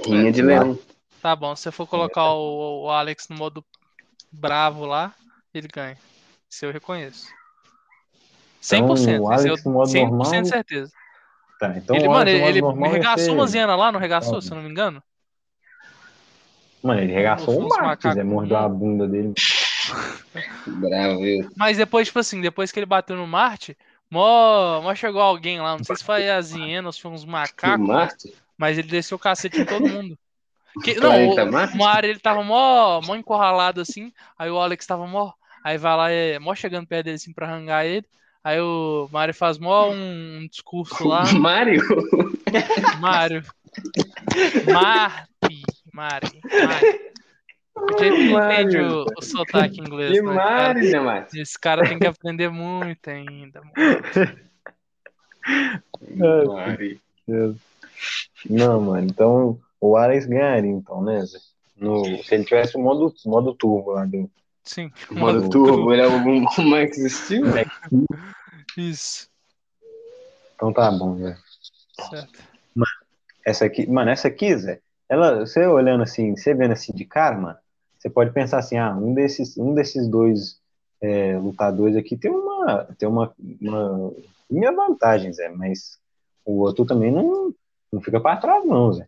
mano. rinha de leão. Tá bom, se eu for colocar é. o, o Alex no modo bravo lá, ele ganha. Isso eu reconheço. 100%. Então, o isso Alex eu, no modo 100% normal. certeza. Tá, então ele, o mano, Alex, ele, no modo ele normal ia regaçou ser- uma zena lá, não regaçou, Óbvio. se eu não me engano? Mano, ele regaçou um Os mato, Zé. macacos. Mordeu a bunda dele. Bravo, viu? Mas depois, tipo assim, depois que ele bateu no Marte, mó, mó chegou alguém lá. Não sei se foi as hienas, se foi uns O macacos. Marte? Mas ele desceu o cacete em todo mundo. Que- Tá não, Planeta o, Marte? o Mario, ele tava mó, mó encurralado assim, aí o Alex tava mó. Aí vai lá, é, mó chegando perto dele assim pra arrancar ele. Aí o Mario faz mó um, um discurso lá. Mário? Mario. Marty. Mari. Mari. O jeito que entende Mário. o, o sotaque inglês, Que né, cara? Mário, né, Márcio? Esse cara tem que aprender muito ainda. mano. Ai, Mário. Não, mano, então o Alex ganharia, então, né, Zé? No, se ele tivesse o modo, modo turbo lá do. Sim. Mano, turbo, ele é o mais que existiu? Isso. Então tá bom, Zé. Certo. Essa aqui, mano, essa aqui, Zé, ela, você olhando assim, você vendo assim de cara, mano, você pode pensar assim, ah, um desses, um desses dois é, lutadores aqui tem uma, tem uma, uma minha vantagem, Zé, mas o outro também não, não fica pra trás, não, Zé.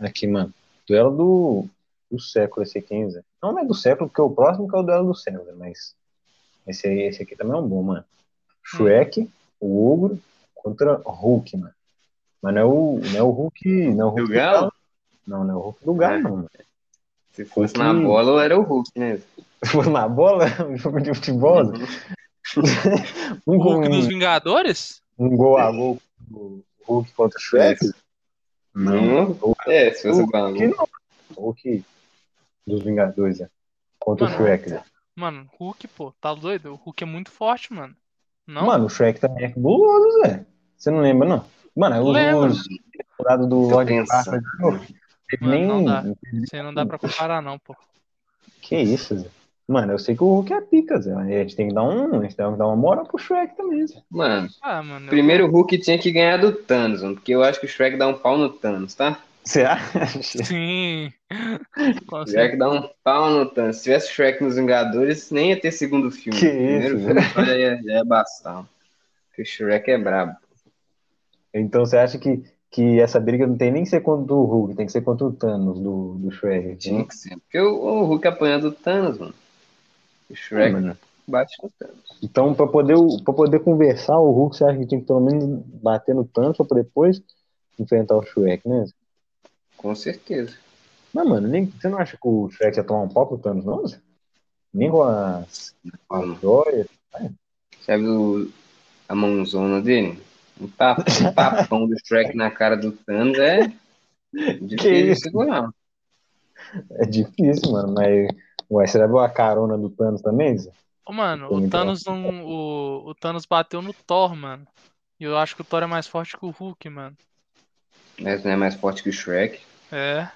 Aqui, mano, duelo do, do século esse aqui, hein, Zé. Não, não é do século, porque o próximo que é o duelo do século, Zé, mas esse, aí, esse aqui também é um bom, mano. Shrek, o Ogro contra Hulk, mano. Mas não é o, não é o Hulk. Não é o Hulk Do Galo? Não, não é o Hulk do Galo, É. não. mano. Se fosse na bola, eu era o Hulk, né? Se for na bola, um jogo de futebol, Zé, um, Uhum. O gol, Hulk dos um, Vingadores? um gol a gol do Hulk contra o Shrek. Não. É, se fosse o Galo. Hulk não. Hulk dos Vingadores, né? Contra o Mano, Shrek, né? Mano, Hulk, pô, tá doido? O Hulk é muito forte, mano. Não? Mano, o Shrek também é guloso, Zé. Você não lembra, não? Mano, é Lembro. os, os lado do Tô Lord pensando. Farquaad, não, teve Mano, não dá. nem, Isso aí não dá pra comparar, não, pô. Que isso, Zé. Mano, eu sei que o Hulk é pica, Zé. mas A gente tem que dar um, a gente tem que dar uma moral pro Shrek também, Zé. Mano, Ah, mano. eu- primeiro o Hulk tinha que ganhar do Thanos, mano, porque eu acho que o Shrek dá um pau no Thanos, tá? Você acha? Sim. Com O certeza. Shrek dá um pau no Thanos. Se tivesse o Shrek nos Vingadores, nem ia ter segundo filme. Que Primeiro isso, filme só já ia, já ia bastar. Porque o Shrek é brabo. Então você acha que, que essa briga não tem nem que ser contra o Hulk, tem que ser contra o Thanos do, do Shrek. Tinha né? que ser. Porque o, o Hulk apanha do Thanos, mano. O Shrek Mano, bate no Thanos. né? Então, pra poder, pra poder conversar, o Hulk você acha que tem que pelo menos bater no Thanos pra depois enfrentar o Shrek, né? Zé? Com certeza. Mas, mano, nem, você não acha que o Shrek ia tomar um pau pro Thanos, não, Zé? Nem com a Mano, joia. sabe o, a mãozona dele? Um, tapa, um tapão do Shrek na cara do Thanos é difícil de isso? segurar. É difícil, mano, mas. Ué, você levou a carona do Thanos também, Zé? Ô, Mano, o Entendi. Thanos não. O, o Thanos bateu no Thor, mano. E eu acho que o Thor é mais forte que o Hulk, mano. Mas não é mais forte que o Shrek. É.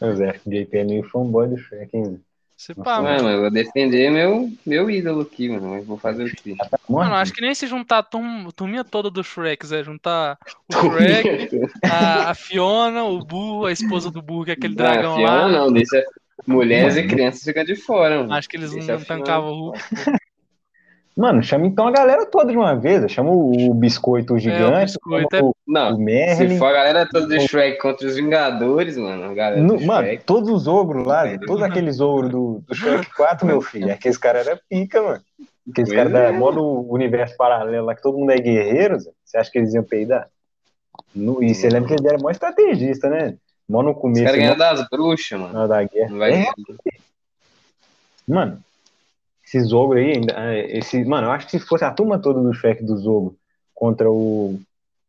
Ô, Zé, JP é meio fanboy do Shrek, hein, Zé? Se Nossa, pá, Ah, mano. mano, eu vou defender meu, meu ídolo aqui, mano. Mas vou fazer o quê? Mano, Morre, acho que nem se juntar a turm- turminha toda do Shrek, Zé. Juntar o Shrek, a, a Fiona, o burro, a esposa do burro, que é aquele dragão Não, afião lá. não, deixa mulheres e crianças ficar de fora, mano. Acho que eles Deixa a não Fiona. tancavam o Hulk. Mano, chama então a galera toda de uma vez. né? Chama o o É, Biscoito Gigante, Biscoito chama o, Não, o Merlin. é se for a galera toda do Shrek contra os Vingadores, mano, a galera No- é, do mano, Shrek. É, todos os ogros lá, Zé, todos aqueles ogros do, do Shrek 4, meu filho. É Aqueles caras eram pica, mano. Aqueles Pois caras da é. mó do universo paralelo lá, que todo mundo é guerreiro, Zé. você acha que eles iam peidar? No, e você lembra que eles eram mó estrategista, né? Mó no Os começo, caras ganham mó das bruxas, no mano. final da guerra. Não vai É, Mano, esses ogros aí ainda. eh, Esse, mano, eu acho que se fosse a turma toda do Shrek dos ogros contra o.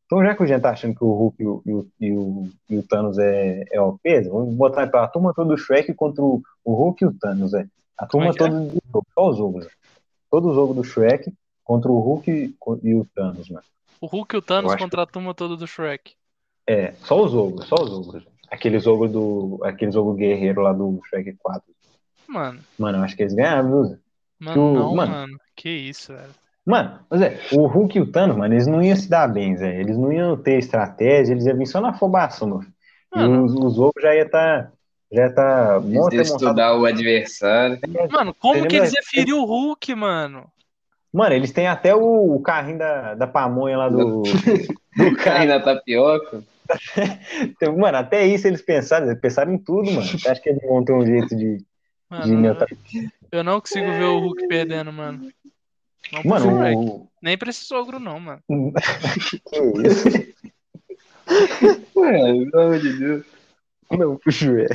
Então, já que o gente tá achando que o Hulk e o, e o, e o, e o Thanos é, é OP, vamos botar pra turma toda do Shrek contra o, o Hulk e o Thanos, é. A Como turma é que é? toda do jogo, só os ogros. Todo o jogo do Shrek contra o Hulk e, e o Thanos, mano. O Hulk e o Thanos acho que- contra a turma toda do Shrek. É, só os ogros, só os ogros. Aqueles ogros do. Aqueles ogros guerreiro lá do Shrek 4. Mano, Mano, eu acho que eles ganharam, viu? Zé? mano, o- não, mano. mano. Que isso, velho. Mano, mas é, o Hulk e o Thanos, mano, eles não iam se dar bem, Zé. Eles não iam ter estratégia, eles iam vir só na afobação, meu filho. E Mano, os, os outros já ia estar. já tá ia estar. Eles estudar o adversário. mano, como você que lembra- eles iam ferir o Hulk, mano? Mano, eles têm até o, o carrinho da, da pamonha lá do. O cara tá na tapioca. Então, mano, até isso eles pensaram, eles pensaram em tudo, mano. Você acha que eles vão ter um jeito de, de Mano, é inventar? eu não consigo ver o É. Hulk perdendo, mano. Não pro Mano, Shrek. o. Nem pra esse sogro, não, mano. Que é isso? Ué, pelo amor de Deus. Não, puxo, é.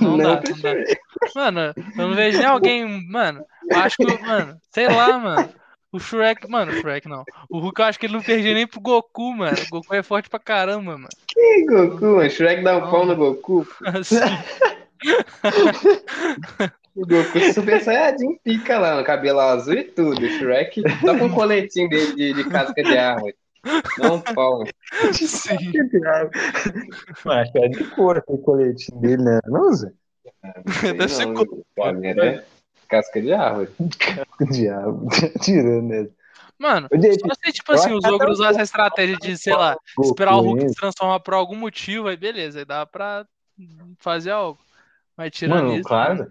Não dá, pro não dá. Shrek. Mano, eu não vejo nem alguém. Mano, eu acho que. Mano, sei lá, mano. O Shrek. Mano, o Shrek não. O Hulk eu acho que ele não perdia nem pro Goku, mano. O Goku é forte pra caramba, mano. Ih, Goku, mano. Shrek dá um pau no Goku. Assim, O Goku super saiyajin pica lá, no cabelo azul e tudo. O Shrek tá com um coletinho dele de, de casca de árvore. um Não, Paulo. sim. Mano, acho que é de cor o coletinho dele, né? Não, Zé? Deve ser né? Casca de árvore. O diabo, tirando, né? Mano, Ô, JP, só se, tipo assim, eu os acho que ogros até o usarem essa estratégia de, sei lá, esperar o Goku, Hulk hein? se transformar por algum motivo, aí beleza, aí dá pra fazer algo. Mas tirando Mano, isso. claro. mano,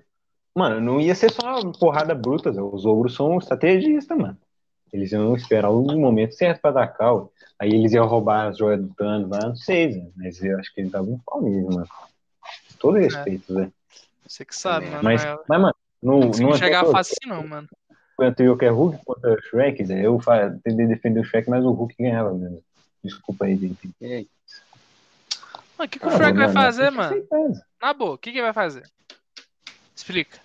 Mano, não ia ser só porrada bruta, Zé. os ogros são estrategistas, mano. Eles iam esperar o momento certo pra atacar, ué. aí eles iam roubar as joias do Thanos lá, não sei, Zé. mas eu acho que eles davam um pau mesmo, mano. Com Todo respeito, Zé. Você que sabe, É. Ah, né, mano. Mas, Mas, eu mas mano, no, não no é consigo chegar anterior, fácil assim, não, mano. contra o que é Hulk contra o Shrek, Zé, eu fa- tentei defender o Shrek, mas o Hulk ganhava mesmo. Desculpa aí, gente. Ei, Mano, o que, que o Ah, Shrek é, vai né? mano, fazer, tem que mano? aceitar, Zé. Na boa, o que, que ele vai fazer? Explica.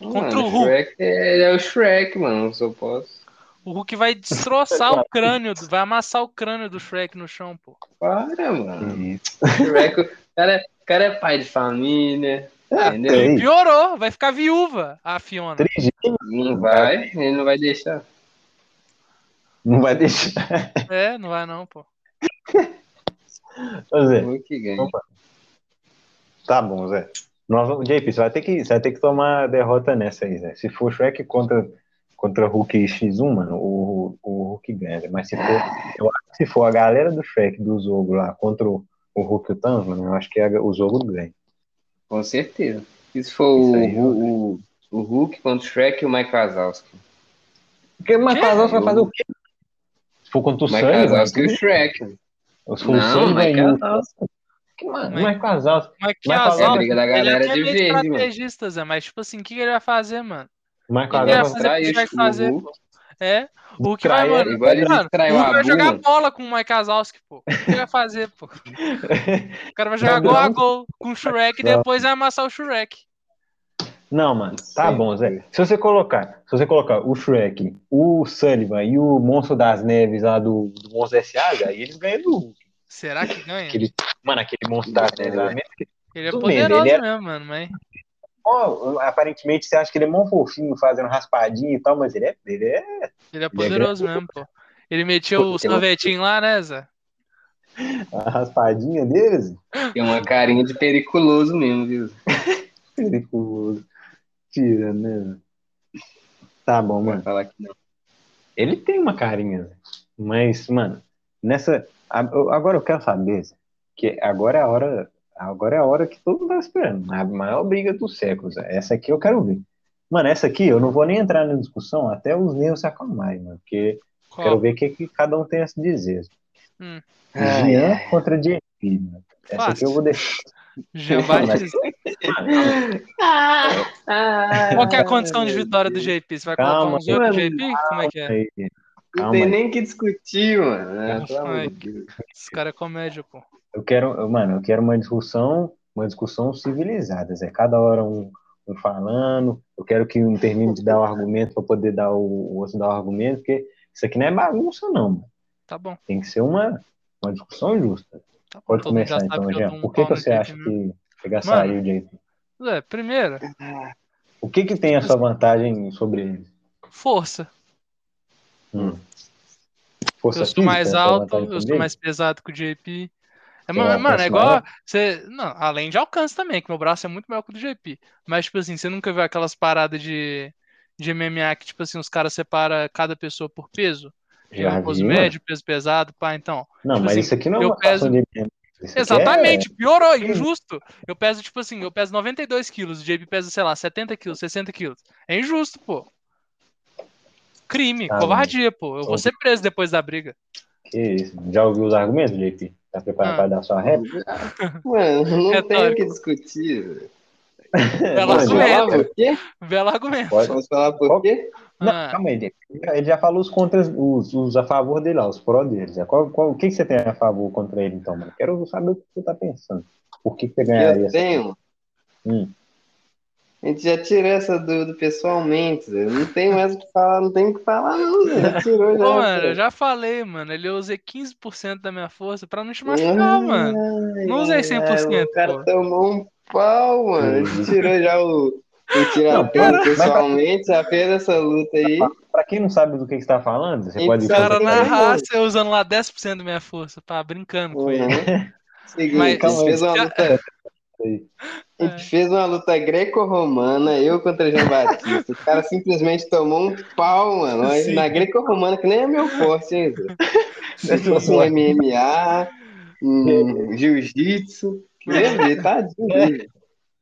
Contra mano, o Hulk. Shrek, ele é o Shrek, mano. Só posso. O Hulk vai destroçar o crânio, do- vai amassar o crânio do Shrek no chão, pô. Para, mano. Hum. Shrek, o cara, é- o cara é pai de família. Entendeu? Ei, Piorou, vai ficar viúva a Fiona. trigêmeo, Não vai, ele não vai deixar. não vai deixar. É, não vai não, pô. Ô, Zé, O Hulk ganha. Tá bom, Zé. Nós, vamos- JP, você vai ter que, você vai ter que tomar a derrota nessa aí, Zé. Se for Shrek contra, contra Hulk e X1, mano, o, o Hulk ganha. Zé. Mas se for, eu acho que se for a galera do Shrek, do Zogo lá, contra o, o Hulk e o Thanos, mano, eu acho que a, o Zogo ganha. Com certeza. E se for Isso o, aí, o, o, o Hulk contra o Shrek e o Mike Wazowski. Porque mas Quê? Casal vai fazer o quê? Se for contra o Mike Sangue, mano, Wazowski e o Shrek. se for o Não, Sangue, Mike ganhou. Wazowski. é Que mano, Mike- mas Casal, Mas que Mas azar, fazer a mano. briga da ele é galera até de meio verde, mano. estrategista, Zé, mas tipo assim, o que que ele vai fazer, mano? mas Ele Ele vai vai Casal fazer o que ele vai distrair fazer, o Hulk. pô. É, o Hulk vai, Distrair, mano. igual ele mano, distraiu o Hulk a vai jogar Bruna. bola com o Mike Wazowski, pô. O que ele vai fazer, pô? O cara vai jogar Não, gol a não. gol com o Shrek e depois vai amassar o Shrek. Não, mano, tá bom, Zé. Se você colocar, se você colocar o Shrek, o Sullivan e o Monstro das Neves lá do, do Monstro S.A., aí eles ganham do Hulk. Será que ganha? Aquele- Mano, aquele Monstro das Neves lá, mesmo que- Ele é tudo bem, poderoso ele é- mesmo, mano, mas. ó, aparentemente você acha que ele é mó fofinho, fazendo raspadinha e tal, mas ele é, ele é Ele é poderoso mesmo, pô. Ele meteu Pô, o tem um- uma- sorvetinho lá, né, Zé? a raspadinha deles. Tem uma carinha de periculoso mesmo, viu? Periculoso. Tira, né? mano? Tá bom, mano. Falar que não. Ele tem uma carinha, né? mas, mano, nessa. a- eu- Agora eu quero saber, Zé, que agora é a hora. Agora é a hora que todo mundo tá esperando. A maior briga do século, Zé. Essa aqui eu quero ver. Mano, essa aqui eu não vou nem entrar na discussão até os nervos se acalmarem, mano. Porque eu quero Qual? ver o que, que cada um tem a se dizer. Hum. Ai, Jean ai. contra JP, mano. Essa aqui Fácil. eu vou deixar. Jean Batista. Qual que é a condição de vitória do JP? Você vai colocar um Calma, uns oito mano, JP? Como é que é? aí. Não Calma tem aí. nem o que discutir, mano. Ah, pelo amor Ai. de Deus. Esse cara é comédia, pô. Eu quero, eu- mano, eu quero uma discussão, uma discussão civilizada, Zé. Cada hora um, um falando. Eu quero que um termine de dar o argumento para poder dar o, o outro dar o argumento, porque isso aqui não é bagunça, não. mano. Tá bom. Tem que ser uma, uma discussão justa. Tá bom. Pode Todo mundo começar já então, sabe eu Jean. dou um Por que, pau que no você JP acha mesmo. que pegar Mano. saiu, JP? Zé, primeiro, O que que tem a sua vantagem sobre ele? força. Hum. Força eu sou mais física é a sua alto, vantagem eu sobre sou ele? mais pesado que o JP. É, Tem ma- um mano, alcance é igual. maior? Você, não, além de alcance também, que meu braço é muito maior que o do JP. Mas, tipo assim, você nunca viu aquelas paradas de, de MMA que, tipo assim, os caras separam cada pessoa por peso? Já Pelo peso vi, mano. médio, peso pesado, pá, então. Não, tipo mas assim, isso aqui não é eu uma discussão de MMA. Isso aqui é- Exatamente, piorou, Sim. injusto. Eu peso, tipo assim, eu peso 92 quilos, o JP pesa, sei lá, 70 quilos, 60 quilos. É injusto, pô. Crime, Tá, covardia, pô. Eu vou Então- ser preso depois da briga. Que isso? Já ouviu os argumentos, JP? Tá preparado Ah. para dar sua réplica? Ah, Mano, não É tem o que tópico. discutir. velho. Belo Vamos Pode, argumento. falar por quê? Belo argumento. pode. Vamos falar por quê? Não, Ah, calma aí, JP. Ele já falou os contras, os, os a favor dele lá, os pró deles. É, Qual, qual, o que, que você tem a favor contra ele, então, mano? Quero saber o que você tá pensando. Por que, que você É, ganharia Eu essa? tenho. Hum. A gente já tirou essa dúvida pessoalmente. Zé. Não tem mais o que falar, não tem o que falar, não. Zé. Já tirou já. Pô, mano, eu Zé. já falei, mano. Ele usei 15% da minha força pra Uhum. não te machucar, mano. Ai, Não usei ai, 100%, O cara pô. tomou um pau, mano. Ele tirou já o, o Não, tirador cara. pessoalmente, já fez essa luta aí. Pra quem não sabe do que, que você tá falando, você Esse pode. Cara, Não, é na não. raça, eu usando lá 10% da minha força, pá, brincando com ele. Uhum. Seguinte, Mas- a gente fez uma Já- luta. Aí. A gente fez uma luta greco-romana, eu contra João Batista. O cara simplesmente tomou um pau, mano. Mas Sim. na greco-romana, que nem é meu forte, hein, Zé? Se fosse um MMA, É. um jiu-jitsu. tá Meu Deus, tadinho. dele.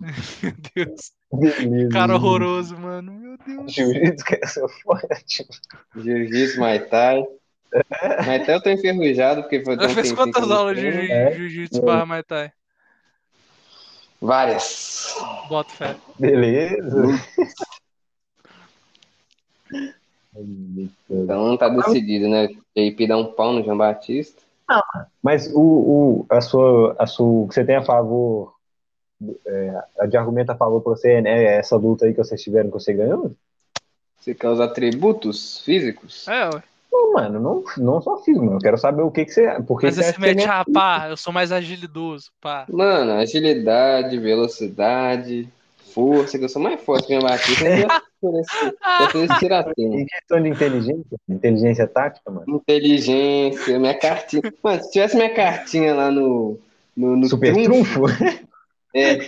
Meu Deus. Beleza. Cara horroroso, mano. Meu Deus. Jiu-jitsu que é seu forte. Jiu-jitsu, Muay Thai. Muay Thai eu tô enferrujado, porque foi Já fez quantas aulas de jiu- né? jiu-jitsu barra Muay Thai? Várias. Bota fé. Beleza. Então não tá decidido, né? JP dá um pau no João Batista. Mas o, o, a sua, a sua, o que você tem a favor, é, de argumento a favor pra você, né? é Essa luta aí que vocês tiveram que você ganhou? Você quer os atributos físicos? É, ué. Não, mano, não, não só fiz, mano. Eu quero saber o que, que você. Por que Mas que você esse acha que é mete é você a pá, eu sou mais agilidoso, pá. Mano, agilidade, velocidade, força, que eu sou mais forte que o João Batista. Eu já por esse- já fiz esse tiratema. Em questão de inteligência, inteligência tática, mano. Inteligência, minha cartinha. Mano, se tivesse minha cartinha lá no, no, no Super trunfo, trunfo. É.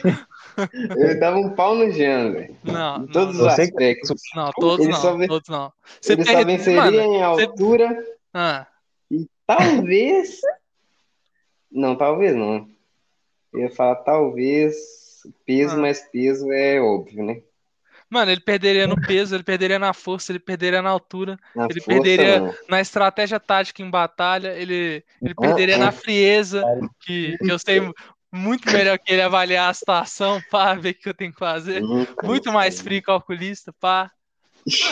Eu dava um pau no Jean, velho. Não, Em não, todos não. os Você- aspectos. não, todos Ele só não, ve- todos não. Você ele perde- só venceria mano, em altura, ah, talvez. Não, talvez não. Eu ia falar talvez peso, Ah. mas peso é óbvio, né? mano, ele perderia no peso, ele perderia na força, ele perderia na altura, Na Ele força, perderia- não. na estratégia tática em batalha, ele, ele Ah, perderia ah. na frieza, que eu sei muito melhor que ele avaliar a situação, pá, ver o que eu tenho que fazer. Nunca, Muito nunca. mais frio calculista, pá.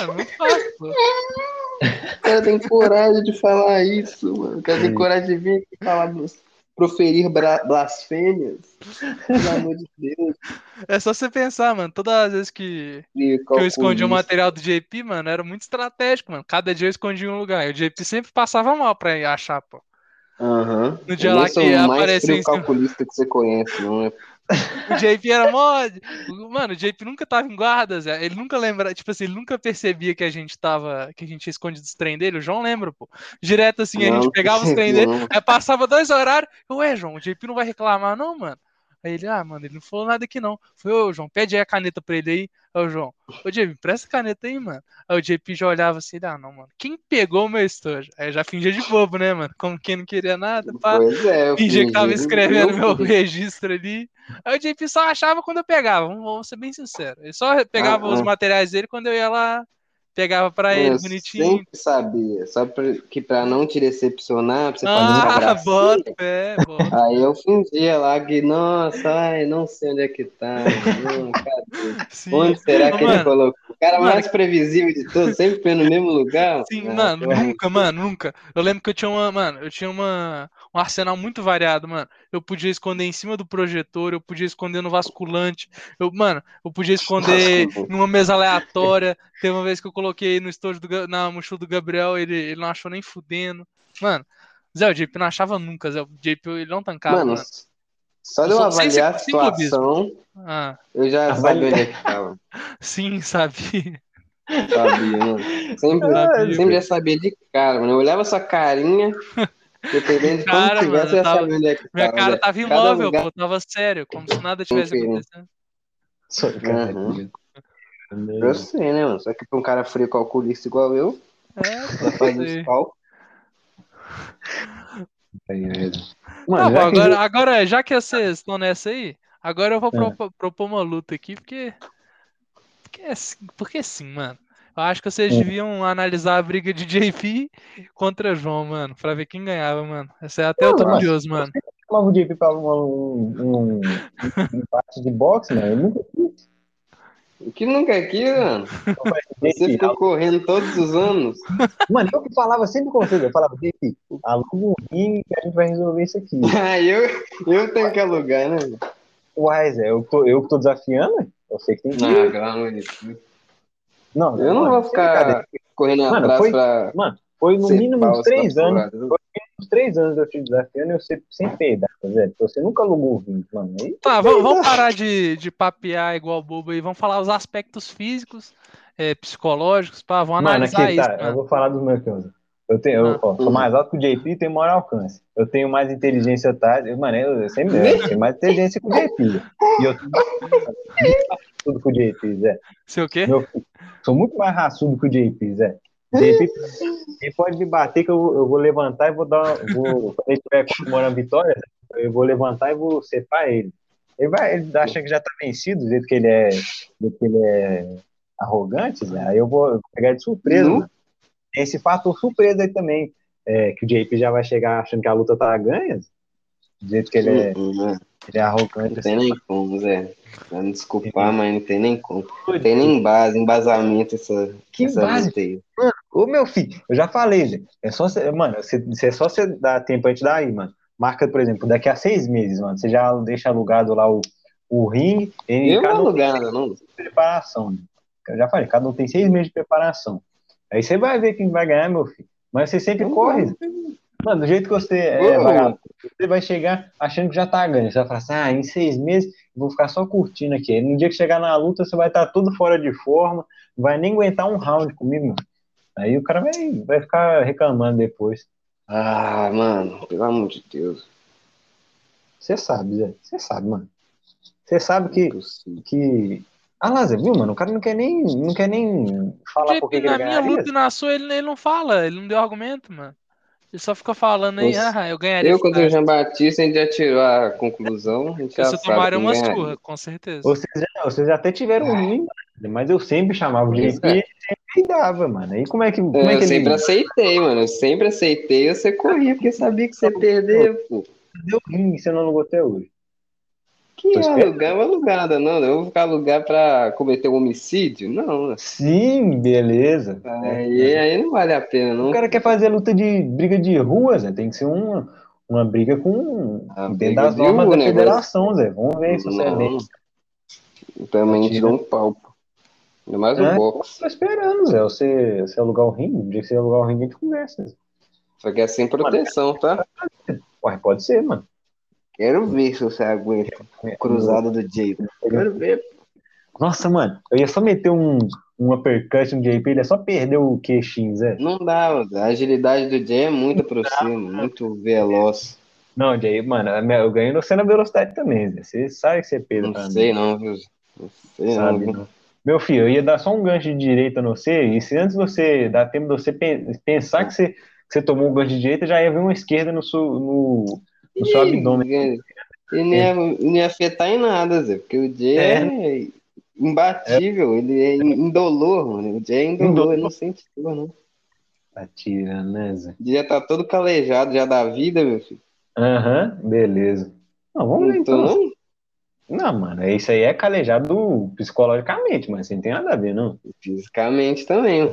Mano, é muito fácil, pô. O cara tem coragem de falar isso, mano. O cara tem coragem de vir aqui falar dos proferir bra- blasfêmias. Pelo amor de Deus. É só você pensar, mano. Todas as vezes que, Que que eu escondi o material do JP, mano, era muito estratégico, mano. Cada dia eu escondia em um lugar. E o JP sempre passava mal pra achar, pô. Aham. No dia Eu lá não sou que o mais apareceu frio em cima- calculista que você conhece, não é? O JP era mó. Mano, o JP nunca tava em guardas. Ele nunca lembra, tipo assim, ele nunca percebia que a gente tava. Que a gente esconde dos trem dele. O João lembra, pô. Direto assim, a Não, gente pegava os não. trem dele. Aí passava dois horários. Eu, ué, João, o JP não vai reclamar, não, mano. Aí ele, ah, mano, ele não falou nada aqui, não. Foi, ô, João, pede aí a caneta pra ele aí. Aí o João, ô, JP, presta a caneta aí, mano. Aí o JP já olhava assim, ah, não, mano, quem pegou o meu estojo? Aí eu já fingia de bobo, né, mano? Como quem não queria nada, pá. Pois é, eu Fingia que tava fingi. né? escrevendo meu Eu- registro ali. Aí o JP só achava quando eu pegava, vamos, vamos ser bem sinceros. Ele só pegava Ah, os ah. É, materiais dele quando eu ia lá, pegava pra ele, eu bonitinho. sempre sabia, só pra, que pra não te decepcionar, pra você fazer um uma Ah, gracinha. bota, é, bota. Aí eu fingia lá que, nossa, ai, não sei onde é que tá. não, cara, Sim. onde será que ele Mano, colocou? O cara mano. mais previsível de todos, sempre foi no mesmo lugar. Sim, Ah, mano, pelo amor de nunca, mano, nunca. Eu lembro que eu tinha uma, mano, eu tinha uma, um arsenal muito variado, mano. Eu podia esconder em cima do projetor, eu podia esconder no vasculante, eu, mano, eu podia esconder Vasculante. numa mesa aleatória. Teve uma vez que eu coloquei no estojo do, Ga- na mochila do Gabriel, ele, ele não achou nem fudendo. Mano, Zé, o JP não achava nunca, Zé, o JP ele não tancava, Mano, Tá, mano. só de Eu eu sou avaliar a sem- sem clubismo. situação, Ah, eu já sabia Avaliar. onde é que tava. sim, sabia. Sabia, mano. Sempre, Sabia. sempre já sabia de cara, mano. Eu olhava sua carinha, dependendo de como Cara, tivesse, mano, eu já tava- sabia onde é que Minha tava. cara tava cada imóvel, lugar- pô, tava sério, como se nada tivesse Enfim. acontecendo. Só cara, Uhum. né? Eu sei, né, mano? Só que pra um cara frio calculista igual eu, É, pra fazer Sei. os cálculos. Aí, né? Tá Mano, bom, já que agora, agora, já que vocês estão nessa aí, agora É. eu vou propo- propor uma luta aqui, porque. Porque, é sim- porque sim, mano. Eu acho que vocês Hum. deviam analisar a briga de JP contra João, mano, pra ver quem ganhava, mano. Essa é até eu tô Não, curioso, mano. chamava o JP pra um, um, um empate de boxe, mano. Eu nunca O que nunca é aqui, mano? Você Gente, ficou correndo todos os anos. Mano, eu que falava sempre com você, eu falava, JP, aluga um ringue que a gente vai resolver isso aqui. Aí Ah, eu, eu tenho que alugar, né? mano? Uai, Zé, eu, tô, eu que tô desafiando? Eu sei que tem que Ah, pelo amor de Deus. Não, Eu não mano, vou sem ficar brincadeira. correndo Mano, atrás foi- pra. Mano, foi no ser mínimo pau uns três essa anos. porra. Uns três anos eu te desafiando e eu sempre, sempre perdi, Zé. tipo, Você nunca alugou o vídeo, mano. Aí, Tá, vamos, vamos parar de, de papear igual bobo aí, vamos falar os aspectos físicos, é, psicológicos, pá, vamos mano, analisar aqui, isso, tá, eu mano. vou falar dos meus que eu uso. Eu tenho, eu, Ah. ó, sou mais alto que o JP e tenho maior alcance. Eu tenho mais inteligência tarde. Mano, eu, eu sempre eu tenho mais inteligência que o JP. E eu tudo com o JP, Zé. Sei o quê? Meu filho, sou muito mais raçudo que o JP, Zé. JP, ele pode me bater que eu, vou- eu vou levantar e vou dar. uma- Vou, quando ele estiver comemorando a vitória, eu vou levantar e vou separar ele. Ele, vai, ele acha que já tá vencido, do jeito que ele é, do jeito que ele é arrogante, Zé. Aí eu vou pegar de surpresa. Uhum. né? Tem esse fator surpresa aí também. é, que o JP já vai chegar achando que a luta tá ganha. Do jeito que ele é, Hum, hum, hum. ele é arrogante. Não Assim. tem nem como, Zé. Vai me desculpar, mas não tem nem como. Não tem nem base, embasamento essa, Que essa base? luta aí. Ô, meu filho, eu já falei, Zé. É só você, mano, você, você- é só você dar tempo antes daí, mano. Marca, por exemplo, daqui a seis meses, mano. Você já deixa alugado lá o, o ringue. E Eu não cada um vou tem alugar nada, não. preparação. né? Eu já falei, cada um tem seis meses de preparação. Aí você vai ver quem vai ganhar, meu filho. Mas você sempre Não corre. Zé. Mano, do jeito que você é, Ô. vagabundo, você vai chegar achando que já tá ganhando. Você vai falar assim, ah, em seis meses eu vou ficar só curtindo aqui. Aí no dia que chegar na luta, você vai estar tudo fora de forma, não vai nem aguentar um round comigo, mano. Aí o cara vai, vai ficar reclamando depois. Ah, mano, pelo amor de Deus. Você sabe, Zé. Você sabe, mano. Você sabe não é que. possível. que... Ah lá, Zé, viu, mano? O cara não quer nem, não quer nem falar JP, por que que na ele minha luta ganharia. e na sua, ele, ele não fala, ele não deu argumento, mano. Ele só fica falando aí, Nossa. ah, eu ganharia. Eu contra o fácil. Jean Batista, a gente já tirou a conclusão. A gente já Porque sabe você tomaria quem uma ganha. surra, com certeza. Vocês, já- vocês já até tiveram É. um ruim, mas eu sempre chamava o Pois JP e sempre dava, mano. Aí como é que, como Eu é que ele sempre aceitei, mano. Eu sempre aceitei. Você corria, porque sabia que você perdeu, pô. deu ruim se eu não alugou até hoje? Que Tô esperando. alugar? Não alugar nada, não. né? Eu vou ficar alugar pra cometer um homicídio? Não. né? Sim, beleza. É. Aí, aí não vale a pena, É, O não. cara quer fazer luta de briga de ruas, né? Tem que ser um, uma briga com Ah, dentro briga das viu normas o da negócio? federação, Zé. Vamos ver se você é Não. bem. Eu Também te dou um pau, pô. Ainda mais o É. box. Tô esperando, Zé. Você, você alugar o ringue, o dia que você alugar o ringue, a gente conversa. Zé. Só que é sem proteção, tá? Ué, pode ser, mano. Quero ver se você aguenta. Cruzada do Jacob. Quero ver. Nossa, mano, eu ia só meter um, um uppercut no JP, ele ia só perder o queixinho, Zé. Não dá, mano. a agilidade do Jay é muito aproxima, muito veloz. Não, JP, mano, eu ganho você na velocidade também, Zé. Você sabe que você pesa Não pra mim. sei não, viu? Não sei não, Sabe, viu? né? Meu filho, eu ia dar só um gancho de direita no você, e se antes de você dar tempo de você pen- pensar que você, que você tomou um gancho de direita, já ia vir uma esquerda no seu, no, no seu abdômen. Ele não É. ia, não ia afetar em nada, Zé, porque o Jay é, imbatível, ele é indolor, mano. O Jay é indolor, Indolor. ele não sente dor, não. Tá tirando, né, Zé? Ele já tá todo calejado já da vida, meu filho. Aham, beleza. Não, vamos ver Não tô, então. não? Não, mano, isso aí é calejado psicologicamente, mas isso não tem nada a ver, não. Fisicamente também, ó.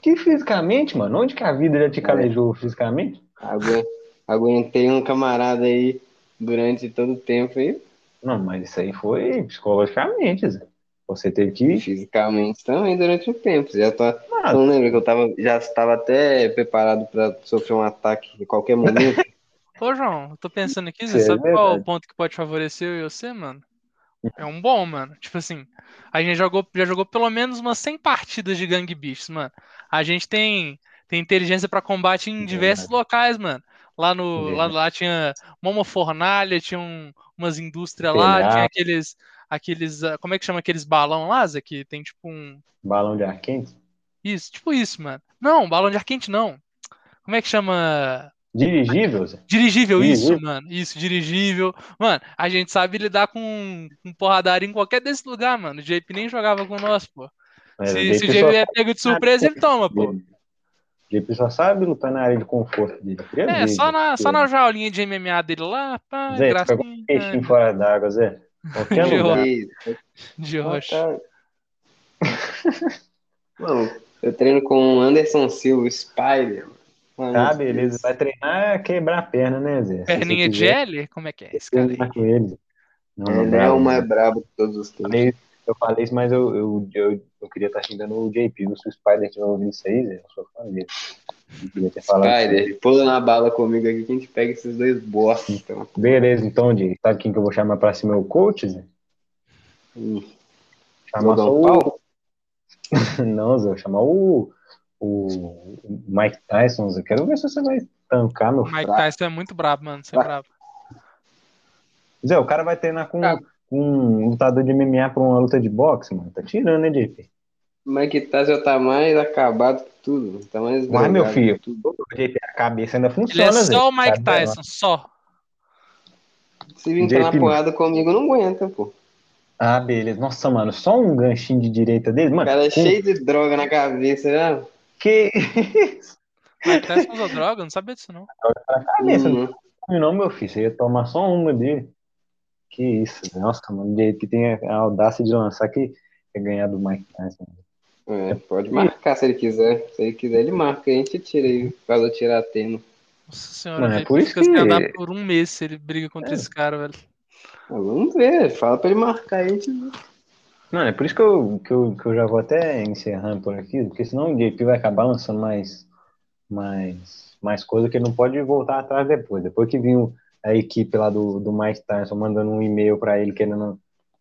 Que fisicamente, mano? Onde que a vida já te É. calejou fisicamente? Agu- Aguentei um camarada aí durante todo o tempo aí. Não, mas isso aí foi psicologicamente, Zé. Você teve que. Fisicamente também durante o tempo. Já tá, Ah, Você não lembra que eu tava, já estava até preparado para sofrer um ataque em qualquer momento? Ô, João, eu tô pensando aqui, Isso você é sabe qual é o verdade. ponto que pode favorecer eu e você, mano? É um bom, mano. Tipo assim, a gente jogou, já jogou pelo menos umas 100 partidas de Gang Beasts, mano. A gente tem, tem inteligência pra combate em diversos locais, mano. Lá no lá, Verdade. lá tinha uma uma fornalha, tinha um- umas indústrias lá, Telhado. tinha aqueles aqueles, ah, como é que chama aqueles balão lá, Zé, que tem tipo um Balão de ar quente? isso, tipo isso, mano. Não, balão de ar quente não. Como é que chama? Dirigível, Zé? Dirigível, isso, Dirigível. mano. Isso, dirigível. Mano, a gente sabe lidar com, com porradaria em qualquer desse lugar, mano. O JP nem jogava com nós, pô. Mas Se, o se o JP JP só é pego de surpresa, ele toma, pô. sabe- o JP só sabe lutar na área de conforto dele. Eu queria É, ver, só Zé. na, só na jaulinha de MMA dele lá, pá, Zé, tu pegou gracinha, peixinho fora d'água, Zé. Qualquer Gerou. lugar. E- de rocha. Tá. Mano, eu treino com o Anderson Silva, Spider. mano. Tá, beleza. Vai treinar quebrar a perna, né, Zé? Se Perninha você de quiser, L? Como é que é esse cara aí? treinar com ele. Não, não, Ele é bravo, o Zé. mais brabo de todos os Eu tempos. falei- Eu falei isso, mas eu, eu, eu, eu queria estar xingando o JP. Se o Spider estiver ouvindo isso aí, Zé, eu sou fã dele. Eu queria ter falado isso. Spider, ele pula na bala comigo aqui que a gente pega esses dois bosta. Então. Beleza, então, Jay. Sabe quem que eu vou chamar pra ser meu coach, Zé? Hum, Chamar Vou dar só o... um Não, Zé, eu vou chamar o, o Mike Tyson, Zé. Quero ver se você vai tancar, meu O filho. Mike Tyson é muito brabo, mano. Você é brabo. Zé, o cara vai treinar com, Tá. Ah. com um lutador de MMA pra uma luta de boxe, mano. Tá tirando, né, JP? Mas que tá, já tá mais acabado que tudo. Tá mais Mas, meu drogado filho, que tudo. o JP, a cabeça ainda Ele funciona, é Zé. só o Mike Sabe, né? Tyson, só. Se vir entrar na JP, porrada comigo, não aguenta, pô. Ah, beleza. Nossa, mano, só um ganchinho de direita dele, O mano. cara é com- cheio de droga na cabeça, né? Que Mike Tyson usou droga? Eu não sabia disso, não. cabeça, Hum, Não, não, meu filho, você ia tomar só uma dele. Que isso, nossa, mano, o JP tem a a audácia de lançar que é ganhar do Mike Tyson. é, pode marcar se ele quiser. Se ele quiser, ele marca. A gente tira aí, caso eu tirar a tema. Nossa senhora, Mano, é o JP por isso fica sem que- andar por um mês se ele briga contra É. esse cara, velho. Ah, vamos ver, fala pra ele marcar aí. a gente vê. Mano, é por isso que eu, que eu, que eu já vou até encerrando por aqui, porque senão o JP vai acabar lançando mais, mais, mais coisa que ele não pode voltar atrás depois. Depois que viu a equipe lá do, do Mike Tyson mandando um e-mail pra ele querendo,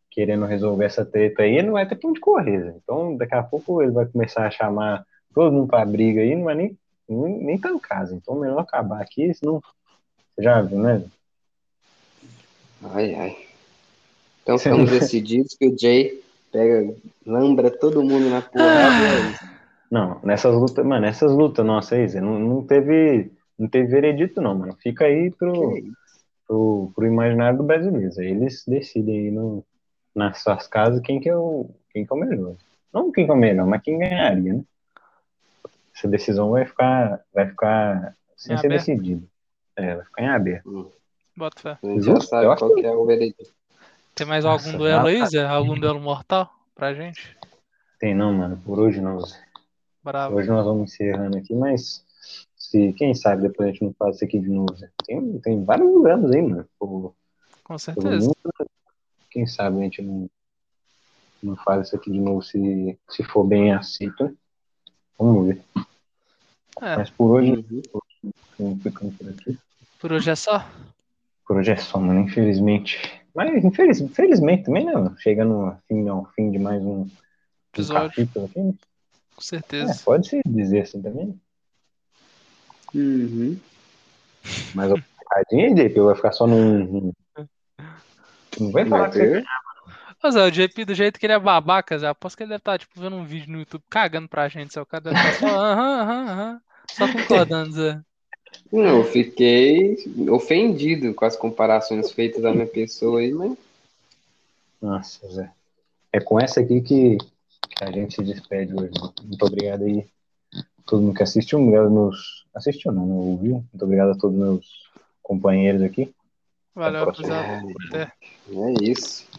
querendo resolver essa treta aí, ele não vai ter pra onde correr. Zé. Então, daqui a pouco ele vai começar a chamar todo mundo pra briga aí, não vai nem, nem, nem tá em casa. Então, melhor acabar aqui, senão. Você já viu, né? Ai, ai. Então estamos decididos que o Jay pega, lambra todo mundo na Ah, porrada. é Não, nessas lutas, mano, essas lutas nossas aí, Zé, não, não teve, não teve veredito não, mano. Fica aí pro, Que é pro, pro imaginário do brasileiro. Zé. Eles decidem aí no, nas suas casas quem que é o, quem que é o melhor. Não quem que é o melhor, mas quem ganharia, né? Essa decisão vai ficar, vai ficar sem Em ser aberto. decidida. É, vai ficar em aberto. isso. Bota fé. A gente já Justo, eu sabe acho qual que- que é o veredito. Tem mais Nossa, algum duelo aí, rapaz. Zé? Algum duelo mortal pra gente? Tem não, mano. Por hoje não, Zé. Bravo. Hoje nós vamos encerrando aqui, mas Se, quem sabe depois a gente não faz isso aqui de novo. né? Tem, tem vários lugares aí, mano. Pô, Com pelo certeza. mundo, né? quem sabe a gente não, não faz isso aqui de novo se, se for bem aceito. né? Vamos ver. É. Mas por hoje, ficamos ficando por aqui. Por hoje é só. Por hoje é só, mano, infelizmente. Mas infeliz, infelizmente também, né? mano? Chegando ao fim, ao fim de mais um, um Episódio. capítulo aqui. né? Com É, certeza. pode se dizer assim também. Uhum. Mas o recadinho, aí, JP, vai ficar só num. num- É. Não vai falar Vai que você ter? Mas é, o JP, do jeito que ele é babaca, Zé, aposto que ele deve estar, tipo, vendo um vídeo no YouTube cagando pra gente, Zé. O cara deve estar só, aham, aham, aham. Só concordando, Zé. Não, eu fiquei ofendido com as comparações feitas à minha pessoa aí, mas Nossa, Zé. É com essa aqui que, que a gente se despede hoje. Muito obrigado aí a todo mundo que assistiu. Obrigado aos meus. Assistiu, não, não ouviu. Muito obrigado a todos os meus companheiros aqui. Valeu, Até a próxima. rapaziada. Até. é isso.